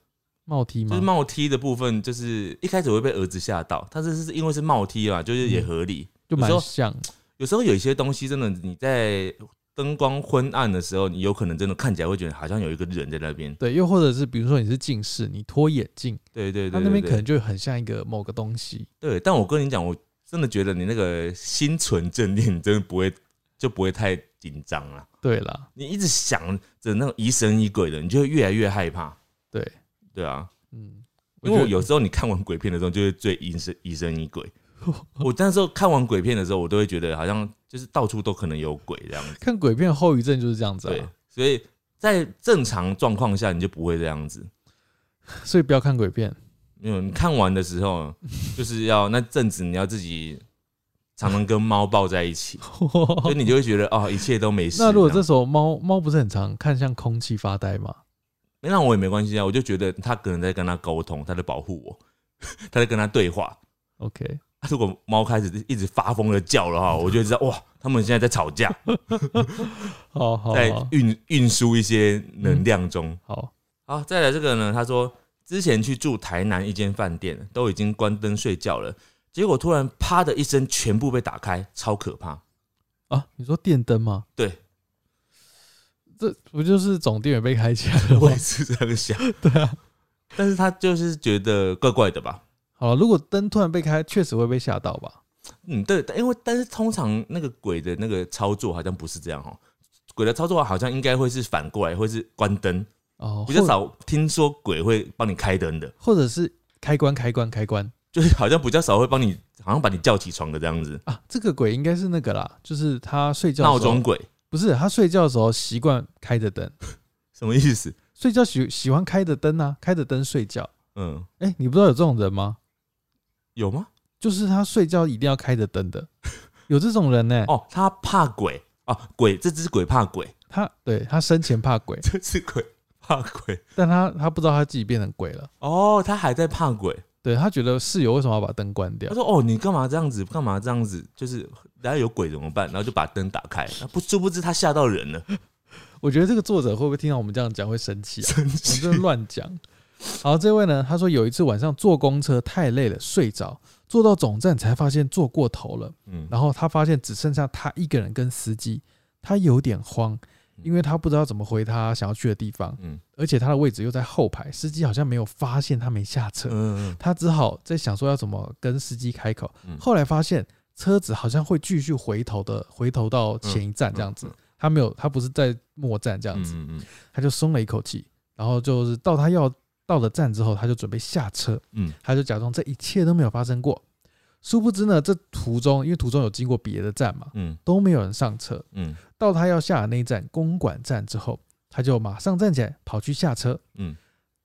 A: 帽 T
B: 就
A: 吗？
B: 是帽 T 的部分，就是一开始我会被儿子吓到，但是是因为嗯是帽 T 嘛，就是也合理。
A: 就
B: 有时
A: 蛮
B: 候
A: 像，
B: 有时候有一些东西真的你在灯光昏暗的时候，你有可能真的看起来会觉得好像有一个人在那边。
A: 对，又或者是比如说你是近视，你脱眼镜，
B: 对对
A: 它
B: 对
A: 那
B: 对
A: 边可
B: 对
A: 能就很像一个某个东西。
B: 对。但我跟你讲，我真的觉得你那个心存正念，你真的不会就不会太紧张了。
A: 对啦，
B: 你一直想着那种疑神疑鬼的，你就会越来越害怕。
A: 对，
B: 对啊，
A: 嗯，
B: 因为
A: 觉
B: 我
A: 得
B: 有时候你看完鬼片的时候，就会最疑神疑神 疑鬼。我那时候看完鬼片的时候，我都会觉得好像就是到处都可能有鬼这样子。
A: 看鬼片后遗症就是这样子、
B: 对
A: 啊，，
B: 所以在正常状况下，你就不会这样子。
A: 所以不要看鬼片。
B: 没有，你看完的时候， 就是要那阵子你要自己常常跟猫抱在 一起，所以你就会觉得哦，一切都没事。
A: 哦那如果这
B: 样
A: 时候猫猫不是很常看向空气发呆吗？
B: 那我也没关系啊，我就觉得它可能在跟它沟通，它在保护我， 它在跟它对话。
A: OK，
B: 啊如果猫开始一直发疯的叫了哈，我就会知道哇，他们现在在 吵架，
A: 好好
B: 在
A: 好
B: 运运输一些能量中。
A: 好，
B: 好，再来这个呢，他说之前去住台南一间饭店，都已经关灯睡觉了，结果突然啪的一声，全部被打开，超可 怕。
A: 啊，你说电灯吗？
B: 对，
A: 这不就是总电源被开起来了吗
B: 我也？是这样想，
A: 啊 对啊，
B: 但是他就是觉得怪怪的吧。
A: 好，如果灯突然被开，确实会被吓到吧？
B: 嗯，对，因为但是通常那个鬼的那个操作好像不是这样哦，鬼的操作好像应该会是反过来，会是关灯，
A: 哦，
B: 比较
A: 或，
B: 少听说鬼会帮你开灯的，
A: 或者是开关开关开关
B: 就是好像比较少会帮你，好像把你叫起床的这样子。
A: 啊，这个鬼应该是那个啦，就是他睡觉的
B: 闹
A: 时候
B: 钟鬼
A: 不是他睡觉的时候习惯开着灯，
B: 什么意思？
A: 睡觉喜喜欢开着灯啊，开着灯睡觉。
B: 嗯，
A: 哎、你不知道有这种人吗？
B: 有吗？
A: 就是他睡觉一定要开着灯的，有这种人呢、
B: 哦，他怕鬼啊，鬼这只鬼怕 鬼，
A: 他对他生前怕鬼，
B: 这只鬼怕鬼。
A: 但他他不知道他自己变成鬼了。
B: 哦，他还在怕鬼。
A: 对他觉得室友为什么要把灯关掉
B: 他？说：“哦，你干嘛这样子？干嘛这样子？就是等下有鬼怎么办？”然后就把灯打开，那不殊不知他吓到 人了。
A: 我觉得这个作者会不会听到我们这样讲会生气啊？
B: 生
A: 我们
B: 气
A: 真的乱讲。好，这位呢，他说有一次晚上坐公车太累了，睡着，坐到总站才发现坐过头了。
B: 嗯，
A: 然后他发现只剩下他一个人跟司机，他有点慌，因为他不知道怎么回他想要去的地方，
B: 嗯
A: 而且他的位置又在后排，司机好像没有发现他没下车，
B: 嗯
A: 他只好在想说要怎么跟司机开口。
B: 嗯
A: 后来发现车子好像会继续回头的，回头到前一站这样子
B: 嗯嗯，
A: 他没有，他不是在末站这样
B: 嗯
A: 子，
B: 嗯
A: 他就松了一口气，然后就是到他要到的站之后，他就准备下车，
B: 嗯
A: 他就假装这一切都没有发生过。殊不知呢，这途中因为途中有经过别的站嘛，
B: 嗯
A: 都没有人上车。
B: 嗯
A: 到他要下的那一站公馆站之后，他就马上站起来跑去下车。
B: 嗯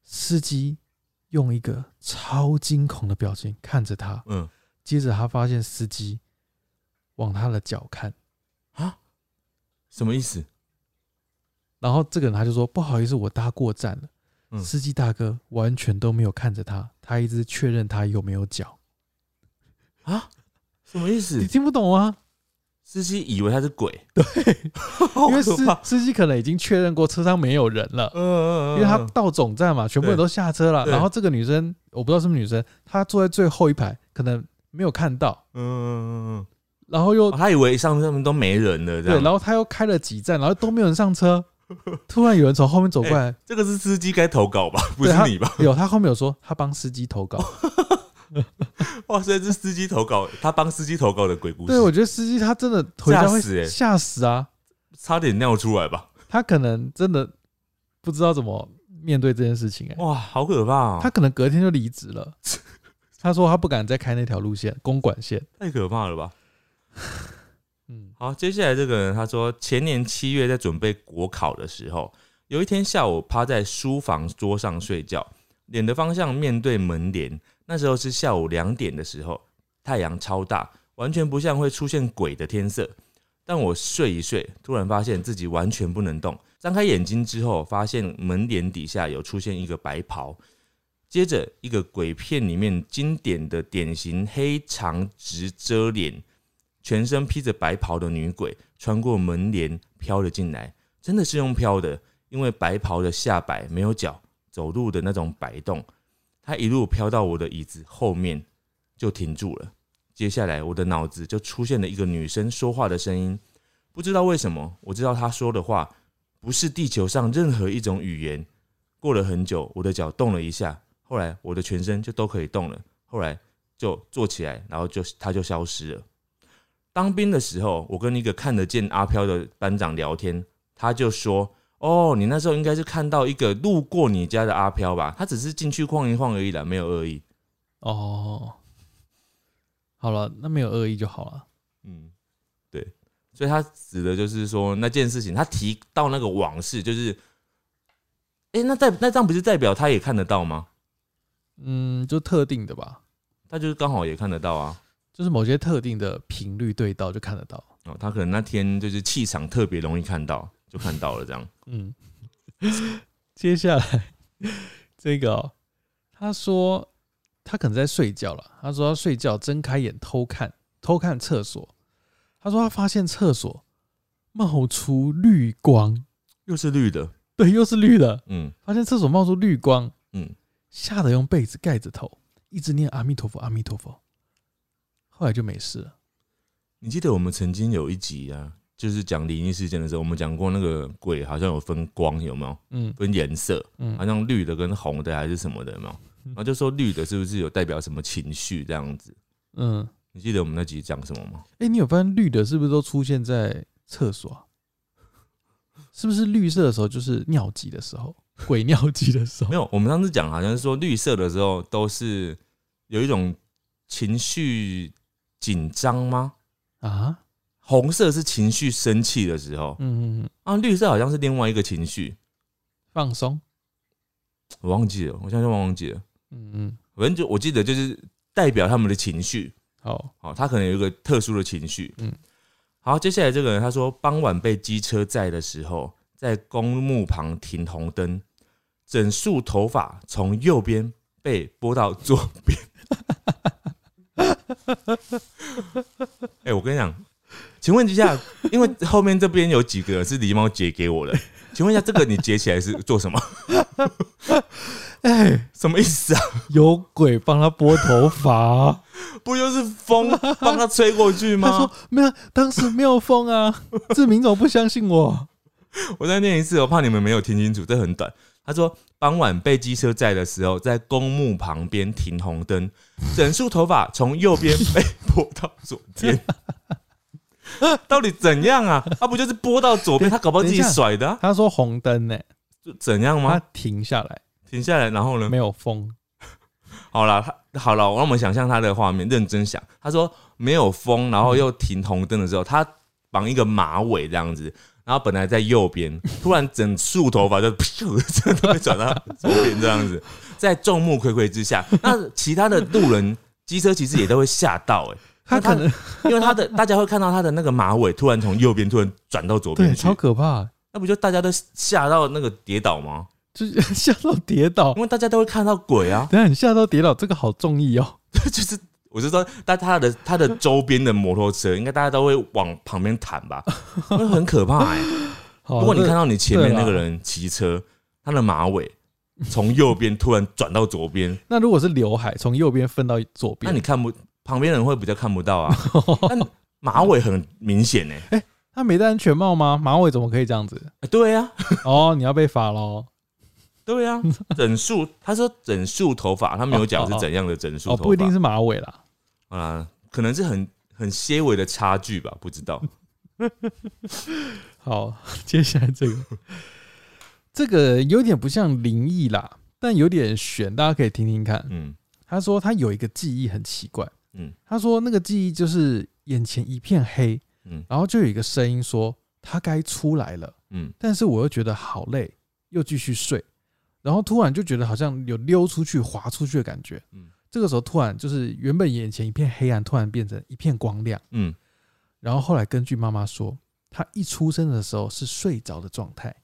A: 司机用一个超惊恐的表情看着他，
B: 嗯
A: 接着他发现司机往他的脚看，
B: 啊，什么意思？
A: 然后这个人他就说：“不好意思，我搭过站了。
B: 嗯
A: 司机大哥完全都没有看着他，他一直确认他有没有脚。
B: 什么意
A: 你
B: 思？
A: 听不懂啊吗？
B: 司机以为他是鬼，对， 好
A: 因为司
B: 可怕。
A: 司机可能已经确认过车上没有人了，
B: 嗯嗯嗯，
A: 因为他到总站嘛，全部人都下车了。
B: 对
A: 然后这个女生，我不知道是不是女生，她坐在最后一排，可能没有看到，
B: 嗯嗯嗯
A: 然后又、
B: 嗯，他以为上面都没人了，这
A: 对，
B: 样
A: 然。后她又开了几站，然后都没有人上 车。突然有人从后面走过来，
B: 这个是司机该投稿吧？不
A: 对
B: 是
A: 她
B: 你吧？
A: 有她后面有说她帮司机投
B: 哦
A: 稿，
B: 哇塞，这司机投稿，他帮司机投稿的鬼故事，
A: 对我觉得司机他真的回家会
B: 吓死欸
A: 吓死啊，
B: 差点尿出来吧？
A: 他可能真的不知道怎么面对这件事情哎、
B: 哇，好可怕哦！
A: 他可能隔天就离职了。他说他不敢再开那条路线，公馆线。
B: 太可怕了吧？
A: 嗯，
B: 好，接下来这个人他说，前年七月在准备国考的时候，有一天下午趴在书房桌上睡觉，脸的方向面对门帘。那时候是下午两点的时候，太阳超大，完全不像会出现鬼的天色。但我睡一睡，突然发现自己完全不能动。张开眼睛之后，发现门帘底下有出现一个白袍，接着一个鬼片里面经典的典型黑长直遮脸，全身披着白袍的女鬼穿过门帘飘了进来，真的是用飘的，因为白袍的下摆没有脚，走路的那种摆动，她一路飘到我的椅子后面就停住了。接下来，我的脑子就出现了一个女生说话的声音，不知道为什么，我知道他说的话不是地球上任何一种语言。过了很久，我的脚动了一下，后来我的全身就都可以动了，后来就坐起来，然后就他就消失了。当兵的时候，我跟一个看得见阿飘的班长聊天，他就说：“哦，你那时候应该是看到一个路过你家的阿飘吧？他只是进去晃一晃而已啦，没有恶意。
A: 哦，好了，那没有恶意就好了。”
B: 嗯，对，所以他指的就是说那件事情，他提到那个往事，就是，哎、那代那这样不是代表他也看得到吗？
A: 嗯，就特定的吧，
B: 他就是刚好也看得到啊。
A: 就是某些特定的频率对到就看得到。
B: 哦，他可能那天就是气场特别容易看到，就看到了这样。
A: 嗯， 接下来这个哦、他说他可能在睡觉了。他说他睡觉睁开眼偷看，偷看厕所。他说他发现厕所冒出绿光，
B: 又是绿的，
A: 对，又是绿的。
B: 嗯
A: 发现厕所冒出绿光，
B: 嗯，
A: 吓得用被子盖着头，一直念阿弥陀佛，阿弥陀佛。后来就没事了。
B: 你记得我们曾经有一集啊，就是讲灵异事件的时候，我们讲过那个鬼好像有分光，有没有？
A: 嗯
B: 分颜色，好
A: 嗯
B: 像绿的跟红的还是什么的，有没有？然后就说绿的是不是有代表什么情绪这样子？
A: 嗯，
B: 你记得我们那集讲什么吗？
A: 哎、你有发现绿的是不是都出现在厕所啊、是不是绿色的时候就是尿急的时候，鬼尿急的时候？
B: 没有，我们上次讲好像是说绿色的时候都是有一种情绪紧张吗？
A: 啊？
B: 红色是情绪生气的时候，
A: 嗯，嗯嗯
B: 啊，绿色好像是另外一个情绪，
A: 放松。
B: 我忘记了，我现在忘记了，
A: 嗯嗯，
B: 反正就我记得就是代表他们的情绪，
A: 好。
B: 哦，他可能有一个特殊的情绪，
A: 嗯
B: 嗯。好，接下来这个人他说，傍晚被机车载的时候，在公墓旁停红灯，整束头发从右边被拨到左边。哎、我跟你讲，请问一下，因为后面这边有几个是狸猫截给我的，请问一下，这个你截起来是做什么？
A: 哎、
B: 什么意思啊？
A: 有鬼帮他拨头发。
B: 不就是风帮他吹过去
A: 他
B: 吗
A: 说？没有，当时没有风啊。志明总不相信我。
B: 我再念一次，我怕你们没有听清楚，这很短。他说，傍晚被机车载的时候，在公墓旁边停红灯，整束头发从右边被拨到左边，到底怎样啊？他不就是拨到左边，他搞不好自己
A: 等一下
B: 甩的、啊，
A: 他说红灯呢、
B: 就怎样
A: 他
B: 吗？
A: 停下来，
B: 停下来，然后呢
A: 没？有风。
B: 好了，他好了，我让我们想象他的画面，认真想。他说没有风，然后又停红灯的时候，他绑一个马尾这样子，然后本来在右 边，突然整束头发就噗，真的会转到左边这样子，在众目睽睽之下，那其他的路人机车其实也都会吓到哎、
A: 他可能
B: 因 为他的大家会看到他的那个马尾突然从右边突然转到左边
A: 对
B: 去
A: 超，可怕，
B: 那不就大家都吓到那个跌倒吗？
A: 就是吓到跌倒
B: 因。为大家都会看到鬼啊。
A: 等一下你吓到跌倒，这个好中意哦。
B: 就是我是说，但他的他的周边的摩托车，应该大家都会往旁边弹 吧，因为很可怕哎、
A: 好
B: 如果你看到你前面
A: 对啦
B: 那个人骑车，他的马尾从右边突然转到左 边，
A: 那那如果是刘海从右边分到左边，
B: 那你看不旁边人会比较看不到 啊。但马尾很明显哎、
A: 他没戴安全帽吗？马尾怎么可以这样子？
B: 欸，对呀、啊，
A: 哦，你要被罚 喽！
B: 对呀、啊，整束他说整束头发，他没有讲是怎样的整束
A: 哦，
B: 头
A: 不一定
B: 发
A: 是马尾啦。
B: 啊，可能是很很些微的差距吧，不知道。
A: 好， 接下来这个，这个有点不像灵异啦，但有点悬，大家可以听听看。
B: 嗯，
A: 他说他有一个记忆很奇怪，
B: 嗯
A: 他说那个记忆就是眼前一片黑，
B: 嗯
A: 然后就有一个声音说他该出来了。
B: 嗯
A: 但是我又觉得好累，又继续睡，然后突然就觉得好像有溜出去、滑出去的感觉。
B: 嗯
A: 这个时候突然就是原本眼前一片黑暗，突然变成一片光亮。
B: 嗯，
A: 然后后来根据妈妈说，她一出生的时候是睡着的状态，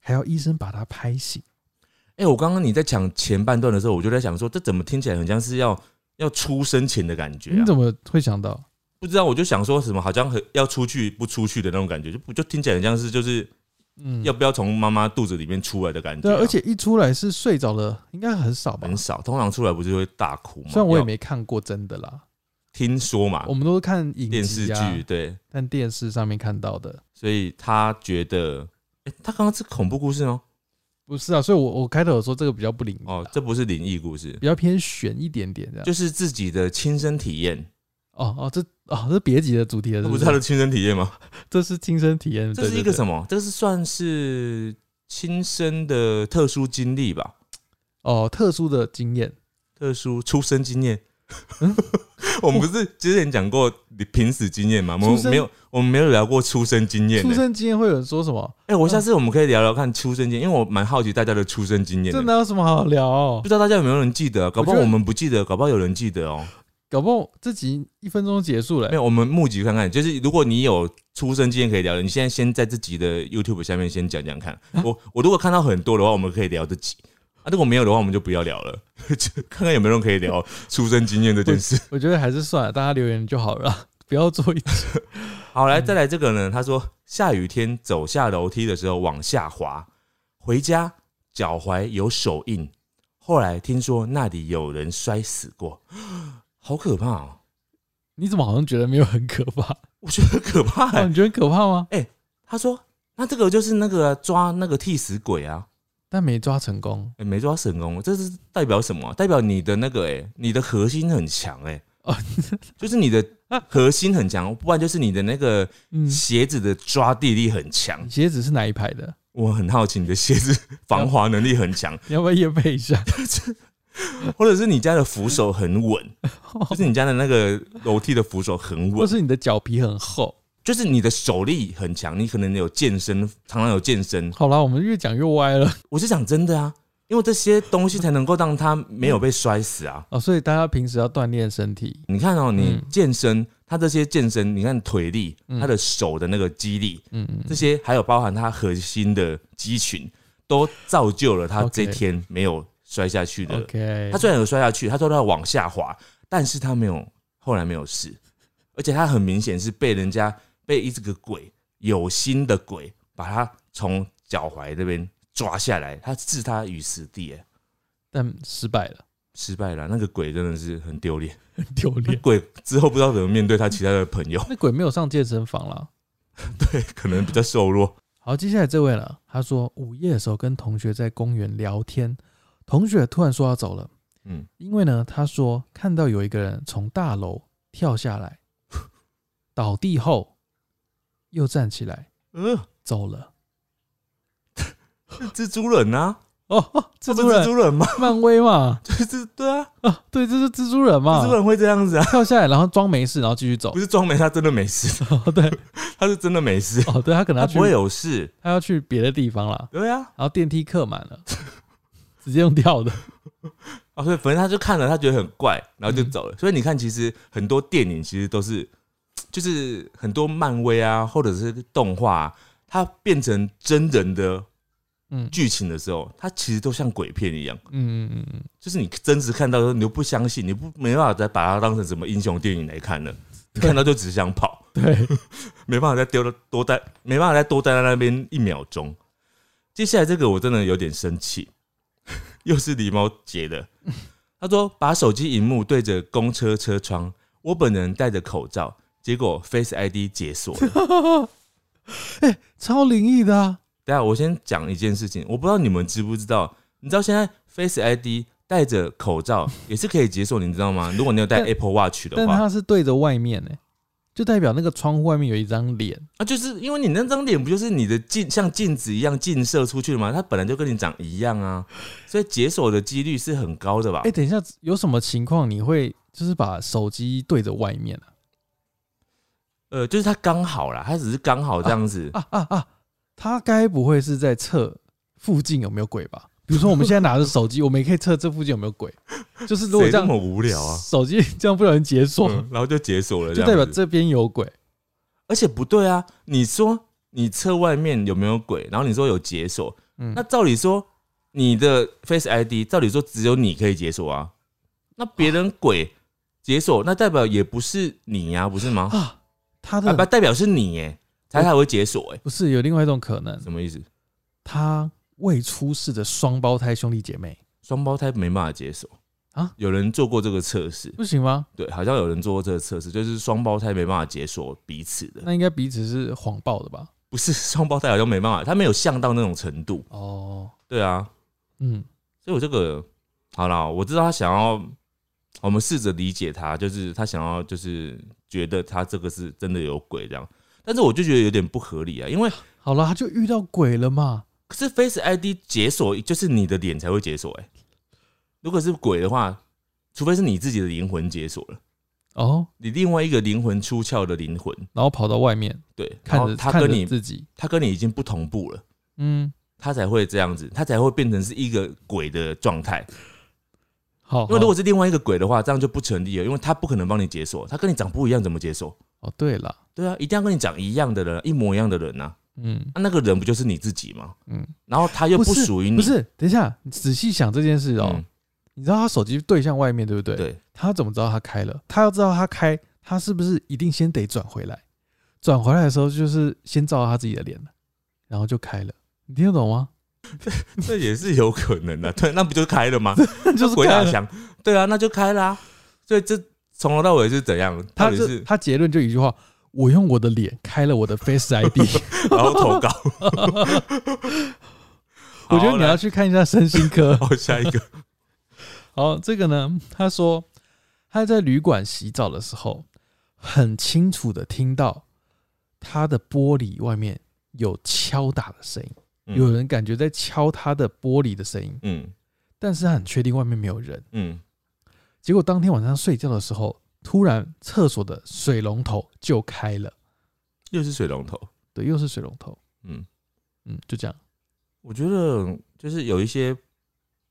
A: 还要医生把她拍醒。
B: 哎、我刚刚你在讲前半段的时候，我就在想说，这怎么听起来很像是要要出生前的感觉、啊？
A: 你怎么会想到？
B: 不知道？我就想说什么，好像很要出去不出去的那种感觉，就不就听起来很像是就是
A: 嗯，
B: 要不要从妈妈肚子里面出来的感觉、
A: 对
B: 啊
A: 啊、而且一出来是睡着了，应该很少吧
B: 很？少，通常出来不是会大哭吗？
A: 虽然我也没看过真的啦，
B: 听说嘛
A: 我，们都是看影
B: 电视
A: 集啊
B: 剧对，
A: 但电视上面看到的
B: 所以他觉得，哎、他刚刚是恐怖故事哦，
A: 不是啊，所以我我开头有说这个比较不灵异
B: 哦
A: 啦，
B: 这不是灵异故事，
A: 比较偏悬一点点这样。
B: 就是自己的亲身体验，
A: 哦哦，这哦这是别集的主题了，
B: 这
A: 是
B: 不
A: 不
B: 是
A: 是？
B: 他的亲身体验吗？
A: 这是亲身体验，
B: 这是一
A: 对
B: 个
A: 对对
B: 什么？这是算是亲身的特殊经历吧，
A: 哦特殊的经验。
B: 特殊出生 经验。嗯我们不是之前讲过你濒死经验吗？我
A: 出
B: 们
A: 生
B: 没有，我们没有聊过出生经验、
A: 出
B: 欸。
A: 生嗯经验会有人说什么？
B: 哎、我下次我们可以聊聊看出生经验，因为我蛮好奇大家的出生经验的哦
A: 这。哪有什么好聊、
B: 不知道大家有没有人记得、啊搞不好
A: 我觉得
B: 我们不记得，搞不好有人记得哦、
A: 搞不好这集一分钟结束了、
B: 没有，我们募集看看。就是如果你有出生经验可以聊的，你现在先在自己的 YouTube 下面先讲讲看。我我如果看到很多的话，我们可以聊这集啊；如果没有的话，我们就不要聊了， 就看看有没有人可以聊出生经验这件事。
A: 我觉得还是算了，大家留言就好了， 不要做一集。
B: 好，来再来这个呢？他说下雨天走下楼梯的时候往下滑，回家脚踝有手印，后来听说那里有人摔死过，好可怕哦！
A: 你怎么好像觉得没有很可 怕？
B: 我觉得很可怕、欸
A: 哦，。你觉得很可怕吗？
B: 他说：“那这个就是那个啊、抓那个替死鬼啊，
A: 但没抓成功
B: 欸、没抓成功，这是代表什么啊、代表你的那个哎、你的核心很强哎、
A: 哦，
B: 就是你的核心很强，不然就是你的那个
A: 嗯，
B: 鞋子的抓地力很强。
A: 鞋子是哪一排的？
B: 我很好奇你的鞋子 防滑能力很强，
A: 你要不要验配一下？
B: 或者是你家的扶手很 稳，就是你家的那个楼梯的扶手很
A: 或
B: 稳，
A: 是你的脚皮很厚？
B: 就是你的手力很强，你可能有健身，常常有健身，
A: 好啦，我们越讲越歪了
B: 我是讲真的啊，因为这些东西才能够让他没有被摔死啊。
A: 哦，所以大家平时要锻炼身体。
B: 你看哦，你
A: 嗯
B: 健身，他这些健身，你看腿力，
A: 嗯
B: 他的手的那个肌力，
A: 嗯嗯，
B: 这些还有包含他核心的肌群，都造就了他
A: OK
B: 这天没有摔下去的。
A: OK，
B: 他虽然有摔下去，他说他往下滑，但是他没有后来没有事，而且他很明显是被人家被一这个鬼有心的鬼把他从脚踝那边抓下来，他置他于死地、哎
A: 但失败了，
B: 失败了，那个鬼真的是很丢脸。
A: 很丢
B: 那
A: 脸。
B: 鬼之后不知道怎么面对他其他的朋友，
A: 那鬼没有上健身房啦。
B: 对，可能比较瘦弱。
A: 好，接下来这位呢，他说午夜的时候跟同学在公园聊天，同学突然说要走了，
B: 嗯，
A: 因为呢，他说看到有一个人从大楼跳下来，倒地后又站起来
B: 嗯、
A: 走了。
B: 蜘蛛人啊，
A: 哦，哦
B: 这
A: 蜘
B: 不
A: 蛛
B: 是蜘
A: 人，
B: 蛛人吗？
A: 漫威嘛，
B: 就是对啊，
A: 啊，对，这是蜘蛛人嘛
B: 蜘蛛，人会这样子啊，
A: 跳下来然后装没事，然后继续走
B: 不。是装没，他真的没事，
A: 哦，对，
B: 他是真的没事，
A: 哦，对他可能
B: 他
A: 要去
B: 不，会有事。
A: 他要去别的地方啦，
B: 对啊，
A: 然后电梯客满了， 直接用跳的。
B: 啊，所以反正他就看了，他觉得很怪，然后就
A: 嗯
B: 走了。所以你看，其实很多电影其实都是，就是很多漫威啊，或者是动画、啊，它变成真人的
A: 嗯
B: 剧情的时候，它其实都像鬼片一样，
A: 嗯嗯嗯嗯，
B: 就是你真实看到的时候，你就不相信，你不没办法再把它当成什么英雄电影来看了，你看到就只想跑。
A: 对，
B: 没办法再丢了多待，没办法再多待在那边一秒钟。接下来这个我真的有点生气， 又是狸猫姐的。他说把手机荧幕对着公车车窗，我本人戴着口罩，结果 Face ID 解锁了。
A: 超灵异的啊。
B: 等一下我先讲一件事情，我不知道你们知不知道，你知道现在 Face ID 戴着口罩也是可以解锁，你知 道吗？如果你有戴
A: 但
B: Apple Watch 的
A: 但
B: 话，
A: 它是对着外面呢、欸就代表那个窗户外面有一张脸。
B: 啊，就是因为你那张脸不就是你的镜像镜子一样镜射出去的吗？它本来就跟你长一样啊，所以解锁的几率是很高的吧？
A: 哎、等一下，有什么情况你会就是把手机对着外面啊？
B: 呃，就是它刚好啦，它只是刚好这样子。
A: 啊啊啊！他该不会是在测附近有没有鬼吧？比如说我们现在拿着手机，我们也可以测这附近有没有鬼。就是如果
B: 谁
A: 这
B: 这
A: 样
B: 么无聊啊？
A: 手机这样不小心解锁，
B: 嗯然后就解锁了，
A: 就代表
B: 这样子。
A: 这边有鬼。
B: 而且不对啊！你说你测外面有没有鬼，然后你说有解锁，
A: 嗯，
B: 那照理说你的 Face ID，照理说只有你可以解锁啊。那别人鬼解锁，那代表也不是你呀、不是吗？
A: 啊，他
B: 哦啊，
A: 的、
B: 不代表是你耶，才才会解锁哎，
A: 不是有另外一种可能，
B: 什么意思？
A: 他未出世的双胞胎兄弟姐妹。
B: 双胞胎没办法解锁，
A: 啊，
B: 有人做过这个测试，
A: 不行吗？
B: 对，好像有人做过这个测试，就是双胞胎没办法解锁彼此的，
A: 那应该彼此是谎报的吧？
B: 不是双胞胎好像没办法，他没有像到那种程度。
A: 哦，
B: 对啊，
A: 嗯，
B: 所以我这个好了，我知道他想要，我们试着理解他，就是他想要，就是觉得他这个是真的有鬼这样，但是我就觉得有点不合理啊，因为
A: 好了，他就遇到鬼了嘛。
B: 可是 Face ID 解锁就是你的脸才会解锁哎、如果是鬼的话，除非是你自己的灵魂解锁了，
A: 哦，
B: 你另外一个灵魂出窍的灵魂，
A: 然后跑到外面
B: 对，然
A: 看
B: 后
A: 着
B: 他
A: 看
B: 跟
A: 着
B: 你
A: 自己，
B: 他跟你已经不同步了，
A: 嗯，
B: 他才会这样子，他才会变成是一个鬼的状态。
A: 好，
B: 因为如果
A: 好
B: 是另外一个鬼的话，这样就不成立了，因为他不可能帮你解锁，他跟你长不一样，怎么解锁？
A: 哦，对了，
B: 对啊，一定要跟你长一样的人，一模一样的人呐、
A: 嗯
B: 啊，那个人不就是你自己吗？
A: 嗯，
B: 然后他又
A: 不
B: 不
A: 是
B: 属于你，
A: 不是，等一下，你仔细想这件事哦、
B: 嗯
A: 你知道他手机对向外面，对不对？
B: 对，
A: 他怎么知道他开了？他要知道他开，他是不是一定先得转回来？转回来的时候，就是先照到他自己的脸了，然后就开了。你听得懂 吗？
B: 这也是有可能的、对，那不就开 了吗？
A: 就是
B: 鬼
A: 开
B: 打
A: 了，
B: 墙，对啊，那就开啦、所以这从头到尾是怎样？到
A: 他
B: 底
A: 就是他结论就一句话：我用我的脸开了我的 Face ID。
B: 然后投稿？
A: 我觉得
B: 好
A: 你要
B: 来
A: 去看一下身心科。
B: 哦，下 一个，
A: 好，这个呢，他说他在旅馆洗澡的时候，很清楚的听到他的玻璃外面有敲打的声音，
B: 嗯
A: 有人感觉在敲他的玻璃的声音，
B: 嗯
A: 但是他很确定外面没有人。
B: 嗯，
A: 结果当天晚上睡觉的时候，突然厕所的水龙头就开了，
B: 又是水龙头，
A: 对，又是水龙头，
B: 嗯。
A: 嗯，就这样，
B: 我觉得就是有一些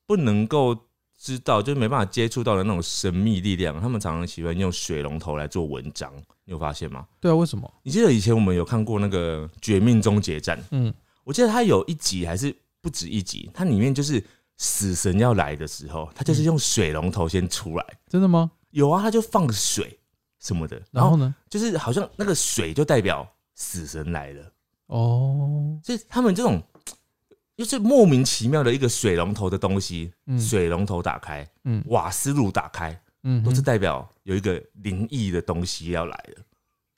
B: 不能够知道，就是没办法接触到的那种神秘力量，他们常常喜欢用水龙头来做文章，你有发现吗？
A: 对啊，为什么？
B: 你记得以前我们有看过那个《绝命终结战》，
A: 嗯，
B: 我记得它有一集还是不止一集，它里面就是死神要来的时候，他就是用水龙头先出来，
A: 真的吗？
B: 有啊，他就放水什么的，然
A: 然后
B: 后
A: 呢？
B: 就是好像那个水就代表死神来了。
A: 哦，
B: 所以他们这种就是莫名其妙的一个水龙头的东西，
A: 嗯
B: 水龙头打开，
A: 嗯
B: 瓦斯炉打开，
A: 嗯哼，
B: 都是代表有一个灵异的东西要来了，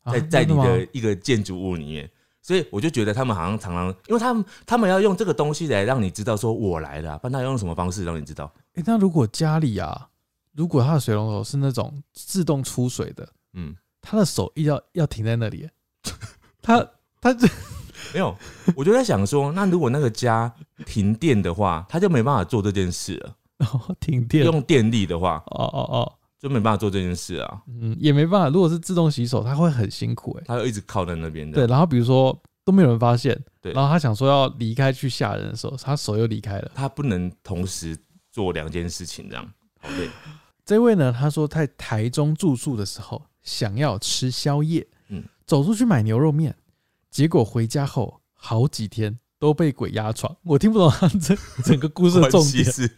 A: 啊
B: 在在
A: 真
B: 你的
A: 吗
B: 一个建筑物里面。所以我就觉得他们好像常常，因为他们他们要用这个东西来让你知道说我来了、啊，不然他要用什么方式让你知道？
A: 诶那如果家里啊，如果他的水龙头是那种自动出水的，
B: 嗯，
A: 他的手一定要要停在那里， 他他这
B: 没有，我就在想说，那如果那个家停电的话，他就没办法做这件事了。
A: 哦停电，哦
B: 用电力的话，
A: 哦哦，
B: 就没办法做这件事啊，
A: 嗯，也没办法，如果是自动洗手，他会很辛苦诶。欸
B: 他就一直靠在那边的。
A: 对，然后比如说都没有人发现，
B: 对
A: 然后他想说要离开去吓人的时候，他手又离开了。
B: 他不能同时做两件事情，这样好累。
A: 这位呢，他说在台中住宿的时候想要吃宵夜，
B: 嗯
A: 走出去买牛肉面，结果回家后好几天都被鬼压床。我听不懂他这整 个故事的
B: 关
A: 重
B: 系
A: 点，
B: 是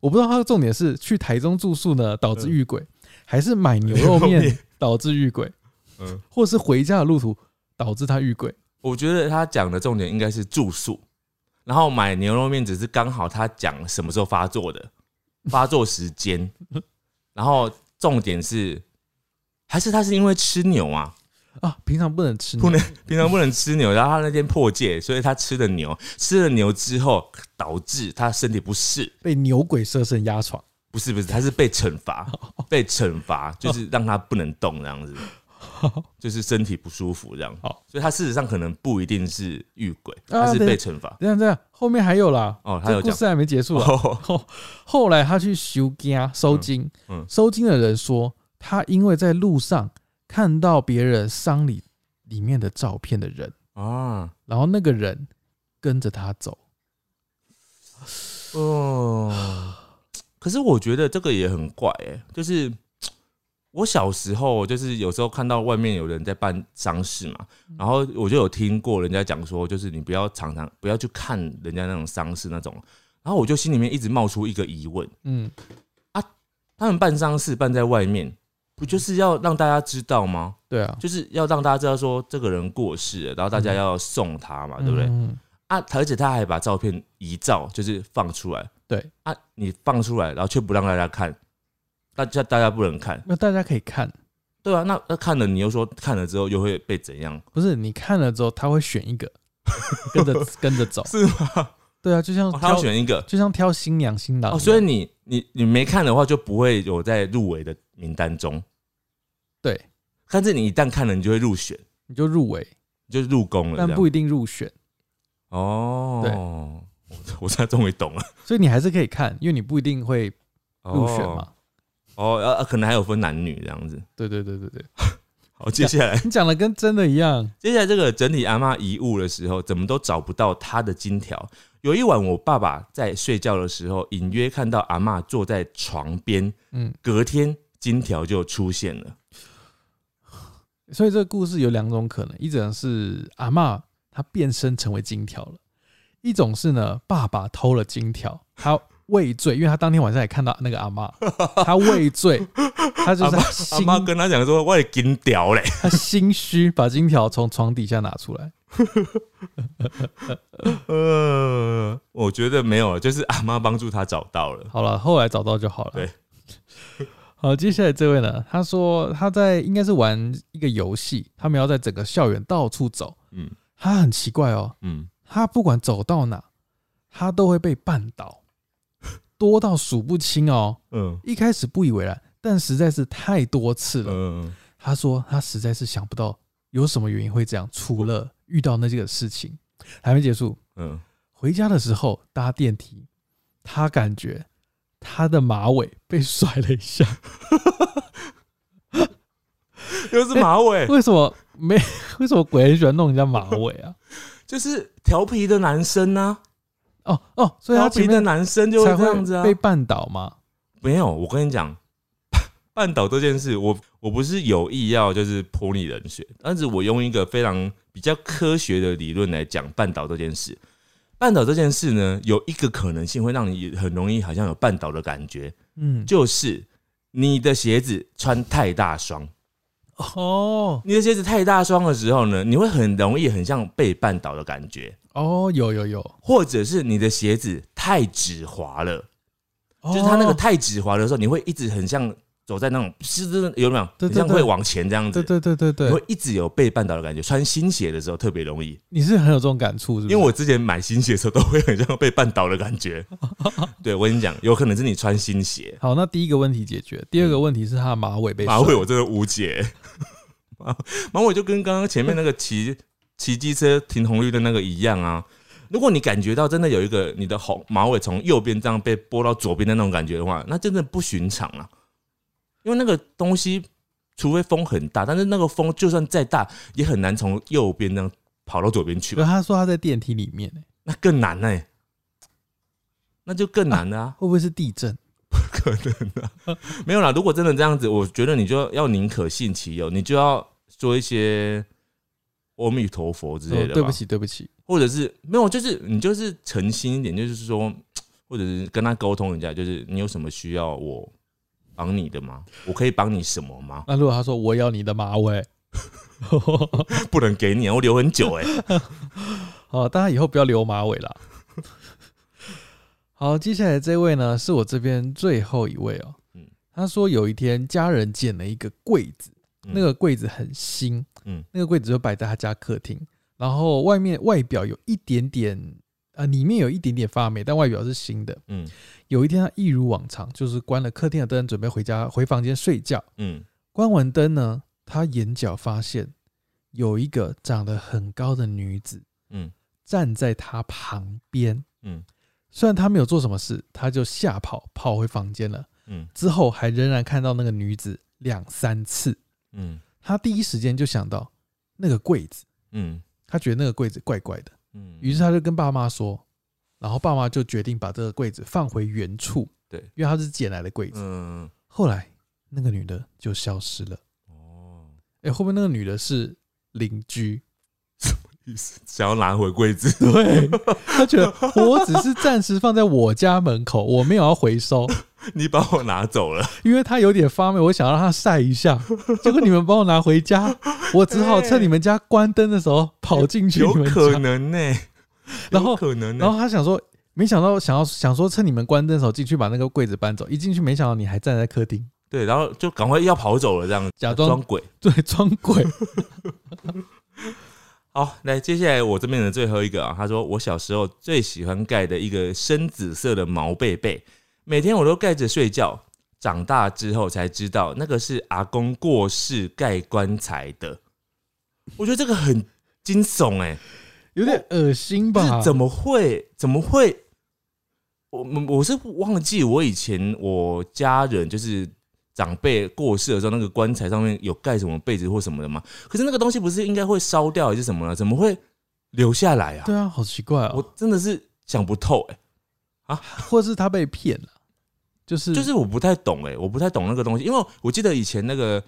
A: 我不知道他的重点是去台中住宿呢导致遇鬼，还是买牛肉
B: 嗯牛肉
A: 面
B: 面
A: 导致遇鬼，
B: 嗯
A: 或是回家的路途导致他遇鬼。
B: 我觉得他讲的重点应该是住宿，然后买牛肉面只是刚好他讲什么时候发 作的，发作时间，然后重点是还是他是因为吃牛啊，
A: 啊，平常不能吃
B: 不
A: 牛，
B: 能平常不能吃牛，然后他那天破戒，所以他吃了牛，吃了牛之后导致他身体不适。
A: 被牛鬼蛇神压床。
B: 不是不是，他是被 惩罚，被惩罚就是让他不能动这样子，就是身体不舒服这样。
A: 好
B: 所以他事实上可能不一定是遇鬼，
A: 啊
B: 他是
A: 对
B: 被惩罚。
A: 这样这样，后面还有啦，
B: 哦，他
A: 这
B: 有
A: 故
B: 讲，
A: 事还没结束啊。
B: 哦
A: 后后来他去收家收金，
B: 嗯嗯
A: 收金的人说，他因为在路上看到别人丧礼里面的照片的人，
B: 啊，
A: 然后那个人跟着他走，
B: 哦，可是我觉得这个也很怪哎、就是我小时候就是有时候看到外面有人在办丧事嘛，然后我就有听过人家讲说，就是你不要常常不要去看人家那种丧事那种，然后我就心里面一直冒出一个疑问。
A: 嗯，
B: 他们办丧事办在外面，不就是要让大家知道吗？
A: 对啊，
B: 就是要让大家知道说这个人过世了，然后大啊家要送他嘛，对不对？
A: 嗯？
B: 啊，而且他还把照片遗照就是放出来，
A: 对，
B: 啊，你放出来，然后却不让大家看，大家大家不能看，
A: 那大家可以看，
B: 对啊，那那看了你又说看了之后又会被怎样？
A: 不是你看了之后他会选 一个跟着跟着走，
B: 是吗？
A: 对啊，就像
B: 哦他
A: 挑、啊
B: 要选一个
A: 就像挑新娘新郎一样、
B: 哦，所以你你你没看的话就不会有在入围的名单中，
A: 对，
B: 但是你一旦看了，你就会入选，
A: 你就入围，
B: 你就入宫了这
A: 但
B: 样。
A: 不一定入选，
B: 哦，
A: 对
B: 我 我现在终于懂了，
A: 所以你还是可以看，因为你不一定会入选嘛。
B: 哦，哦，啊可能还有分男女这样子。
A: 对对对对对，
B: 好，接下来
A: 你讲的跟真的一样。
B: 接下来这个整理阿妈遗物的时候，怎么都找不到她的金条。有一晚，我爸爸在睡觉的时候，隐约看到阿妈坐在床边，
A: 嗯，
B: 隔天金条就出现了。
A: 所以这个故事有两种可能，一种是阿嬷她变身成为金条了，一种是呢爸爸偷了金条，他畏罪，因为他当天晚上也看到那个阿 嬷，他畏罪，他就是
B: 阿
A: 他
B: 妈阿
A: 心
B: 妈跟他讲说：“我的金条嘞。
A: 他心虚，把金条从床底下拿出来。”
B: 呃，我觉得没有，就是阿妈帮助他找到 了。
A: 好了，后来找到就好了。
B: 对。
A: 好，接下来这位呢？他说他在应该是玩一个游戏，他们要在整个校园到处走。
B: 嗯
A: 他很奇怪哦，
B: 嗯，
A: 他不管走到哪，他都会被绊 倒，多到数不清哦。
B: 嗯
A: 一开始不以为然，但实在是太多次了。
B: 嗯，
A: 他说他实在是想不到有什么原因会这样，除了遇到那几个事情。还没结束，
B: 嗯，
A: 回家的时候搭电梯，他感觉他的马尾被甩了一下，
B: 又是马尾，
A: 为什么没？为什么鬼很喜欢弄人家马尾 啊？
B: 就是调皮的男生啊，
A: 哦哦，所以他
B: 调
A: 前
B: 皮的
A: 面
B: 男生就
A: 才
B: 会这
A: 会
B: 样子啊
A: 被。绊倒嘛。
B: 没有，我跟你讲，绊倒这件事，我我不是有意要就是泼你冷水，但是我用一个非常比较科学的理论来讲绊倒这件事。绊倒这件事呢，有一个可能性会让你很容易好像有绊倒的感觉，
A: 嗯，
B: 就是你的鞋子穿太大双。
A: 哦
B: 你的鞋子太大双的时候呢，你会很容易很像被绊倒的感觉，
A: 哦，有有有，
B: 或者是你的鞋子太止滑了。
A: 就
B: 就是它那个太直滑的时候，你会一直很像走在那种是真的有没有？
A: 对对
B: 很像
A: 对
B: 会往前这样子，
A: 对对对对对
B: 你会，一直有被绊倒的感觉。穿新鞋的时候特别容易，
A: 你是很有这种感触，是不
B: 因
A: 是？
B: 为我之前买新鞋的时候都会很像被绊倒的感 觉。对我跟你讲，有可能是你穿新鞋，
A: 好，那第一个问题解决，第二个问题是他的马尾被
B: 嗯马
A: 甩
B: 尾我真的无解，马马尾就跟刚刚前面那个骑骑机车停红绿灯那个一样啊。如果你感觉到真的有一个你的红马尾从右边这样被拨到左边的那种感觉的话，那真的不寻常啊。因为那个东西，除非风很大，但是那个风就算再大，也很难从右边这样跑到左边去
A: 可
B: 吧？
A: 他说他在电梯里面、欸，
B: 那更难呢、那就更难了啊
A: 会不会是地震？
B: 可能啊，没有啦。如果真的这样子，我觉得你就要宁可信其有，你就要说一些阿弥陀佛之类的、
A: 哦对不，起，对不起，
B: 或者是没有，就是你就是诚心一点，就是说，或者是跟他沟通一下，就是你有什么需要我帮你的吗？我可以帮你什 么吗？
A: 那如果他说我要你的马 尾，
B: 不能给你啊，我留很久哎、
A: 好，大家以后不要留马尾啦。好，接下来这位呢，是我这边最后一位哦、
B: 嗯
A: 他说有一天家人捡了一个柜子，
B: 嗯
A: 那个柜子很新，
B: 嗯
A: 那个柜子就摆在他家客厅，然后外面外表有一点点，呃，里面有一点点发霉，但外表是新的。
B: 嗯
A: 有一天他一如往常，就是关了客厅的灯，准备回家回房间睡觉。
B: 嗯，
A: 关完灯呢，他眼角发现有一个长得很高的女子，
B: 嗯，
A: 站在他旁边，
B: 嗯，
A: 虽然他没有做什么事，他就吓跑，跑回房间了。
B: 嗯
A: 之后还仍然看到那个女子两三次，
B: 嗯
A: 他第一时间就想到那个柜子，
B: 嗯
A: 他觉得那个柜子怪怪的，
B: 嗯，
A: 于是他就跟爸妈说，然后爸妈就决定把这个柜子放回原处，
B: 对
A: 因为它是捡来的柜子。
B: 嗯
A: 后来那个女的就消失了。
B: 哦，
A: 哎、会不会那个女的是邻 居？
B: 想要拿回柜子，
A: 对，他觉得我只是暂时放在我家门口，我没有要回收，
B: 你把我拿走了。
A: 因为它有点发霉，我想让它晒一下。结果你们帮我拿回家，我只好趁你们 家关灯的时候跑进去
B: 有
A: 你们
B: 可
A: 家。
B: 能呢、欸
A: 然后
B: 有可能、呢欸
A: 然后他想说，没想到想要想说趁你们关灯的时候进去把那个柜子搬走，一进去没想到你还站在客厅，
B: 对，然后就赶快要跑走了，这样
A: 假装
B: 装鬼。
A: 对，装鬼。
B: 好，来，接下来我这边的最后一个啊，他说我小时候最喜欢盖的一个深紫色的毛被被，每天我都盖着睡觉。长大之后才知道，那个是阿公过世盖棺材的。我觉得这个很惊悚哎、
A: 有点恶心吧？
B: 是怎么会？怎么会？我我我是忘记我以前我家人就是长辈过世的时候，那个棺材上面有盖什么被子或什么的吗？可是那个东西不是应该会烧掉还是什么呢？怎么会留下来啊？
A: 对啊，好奇怪哦。
B: 我真的是想不透哎、
A: 或是他被骗了，就是
B: 就是我不太懂哎、我不太懂那个东西，因为我记得以前那个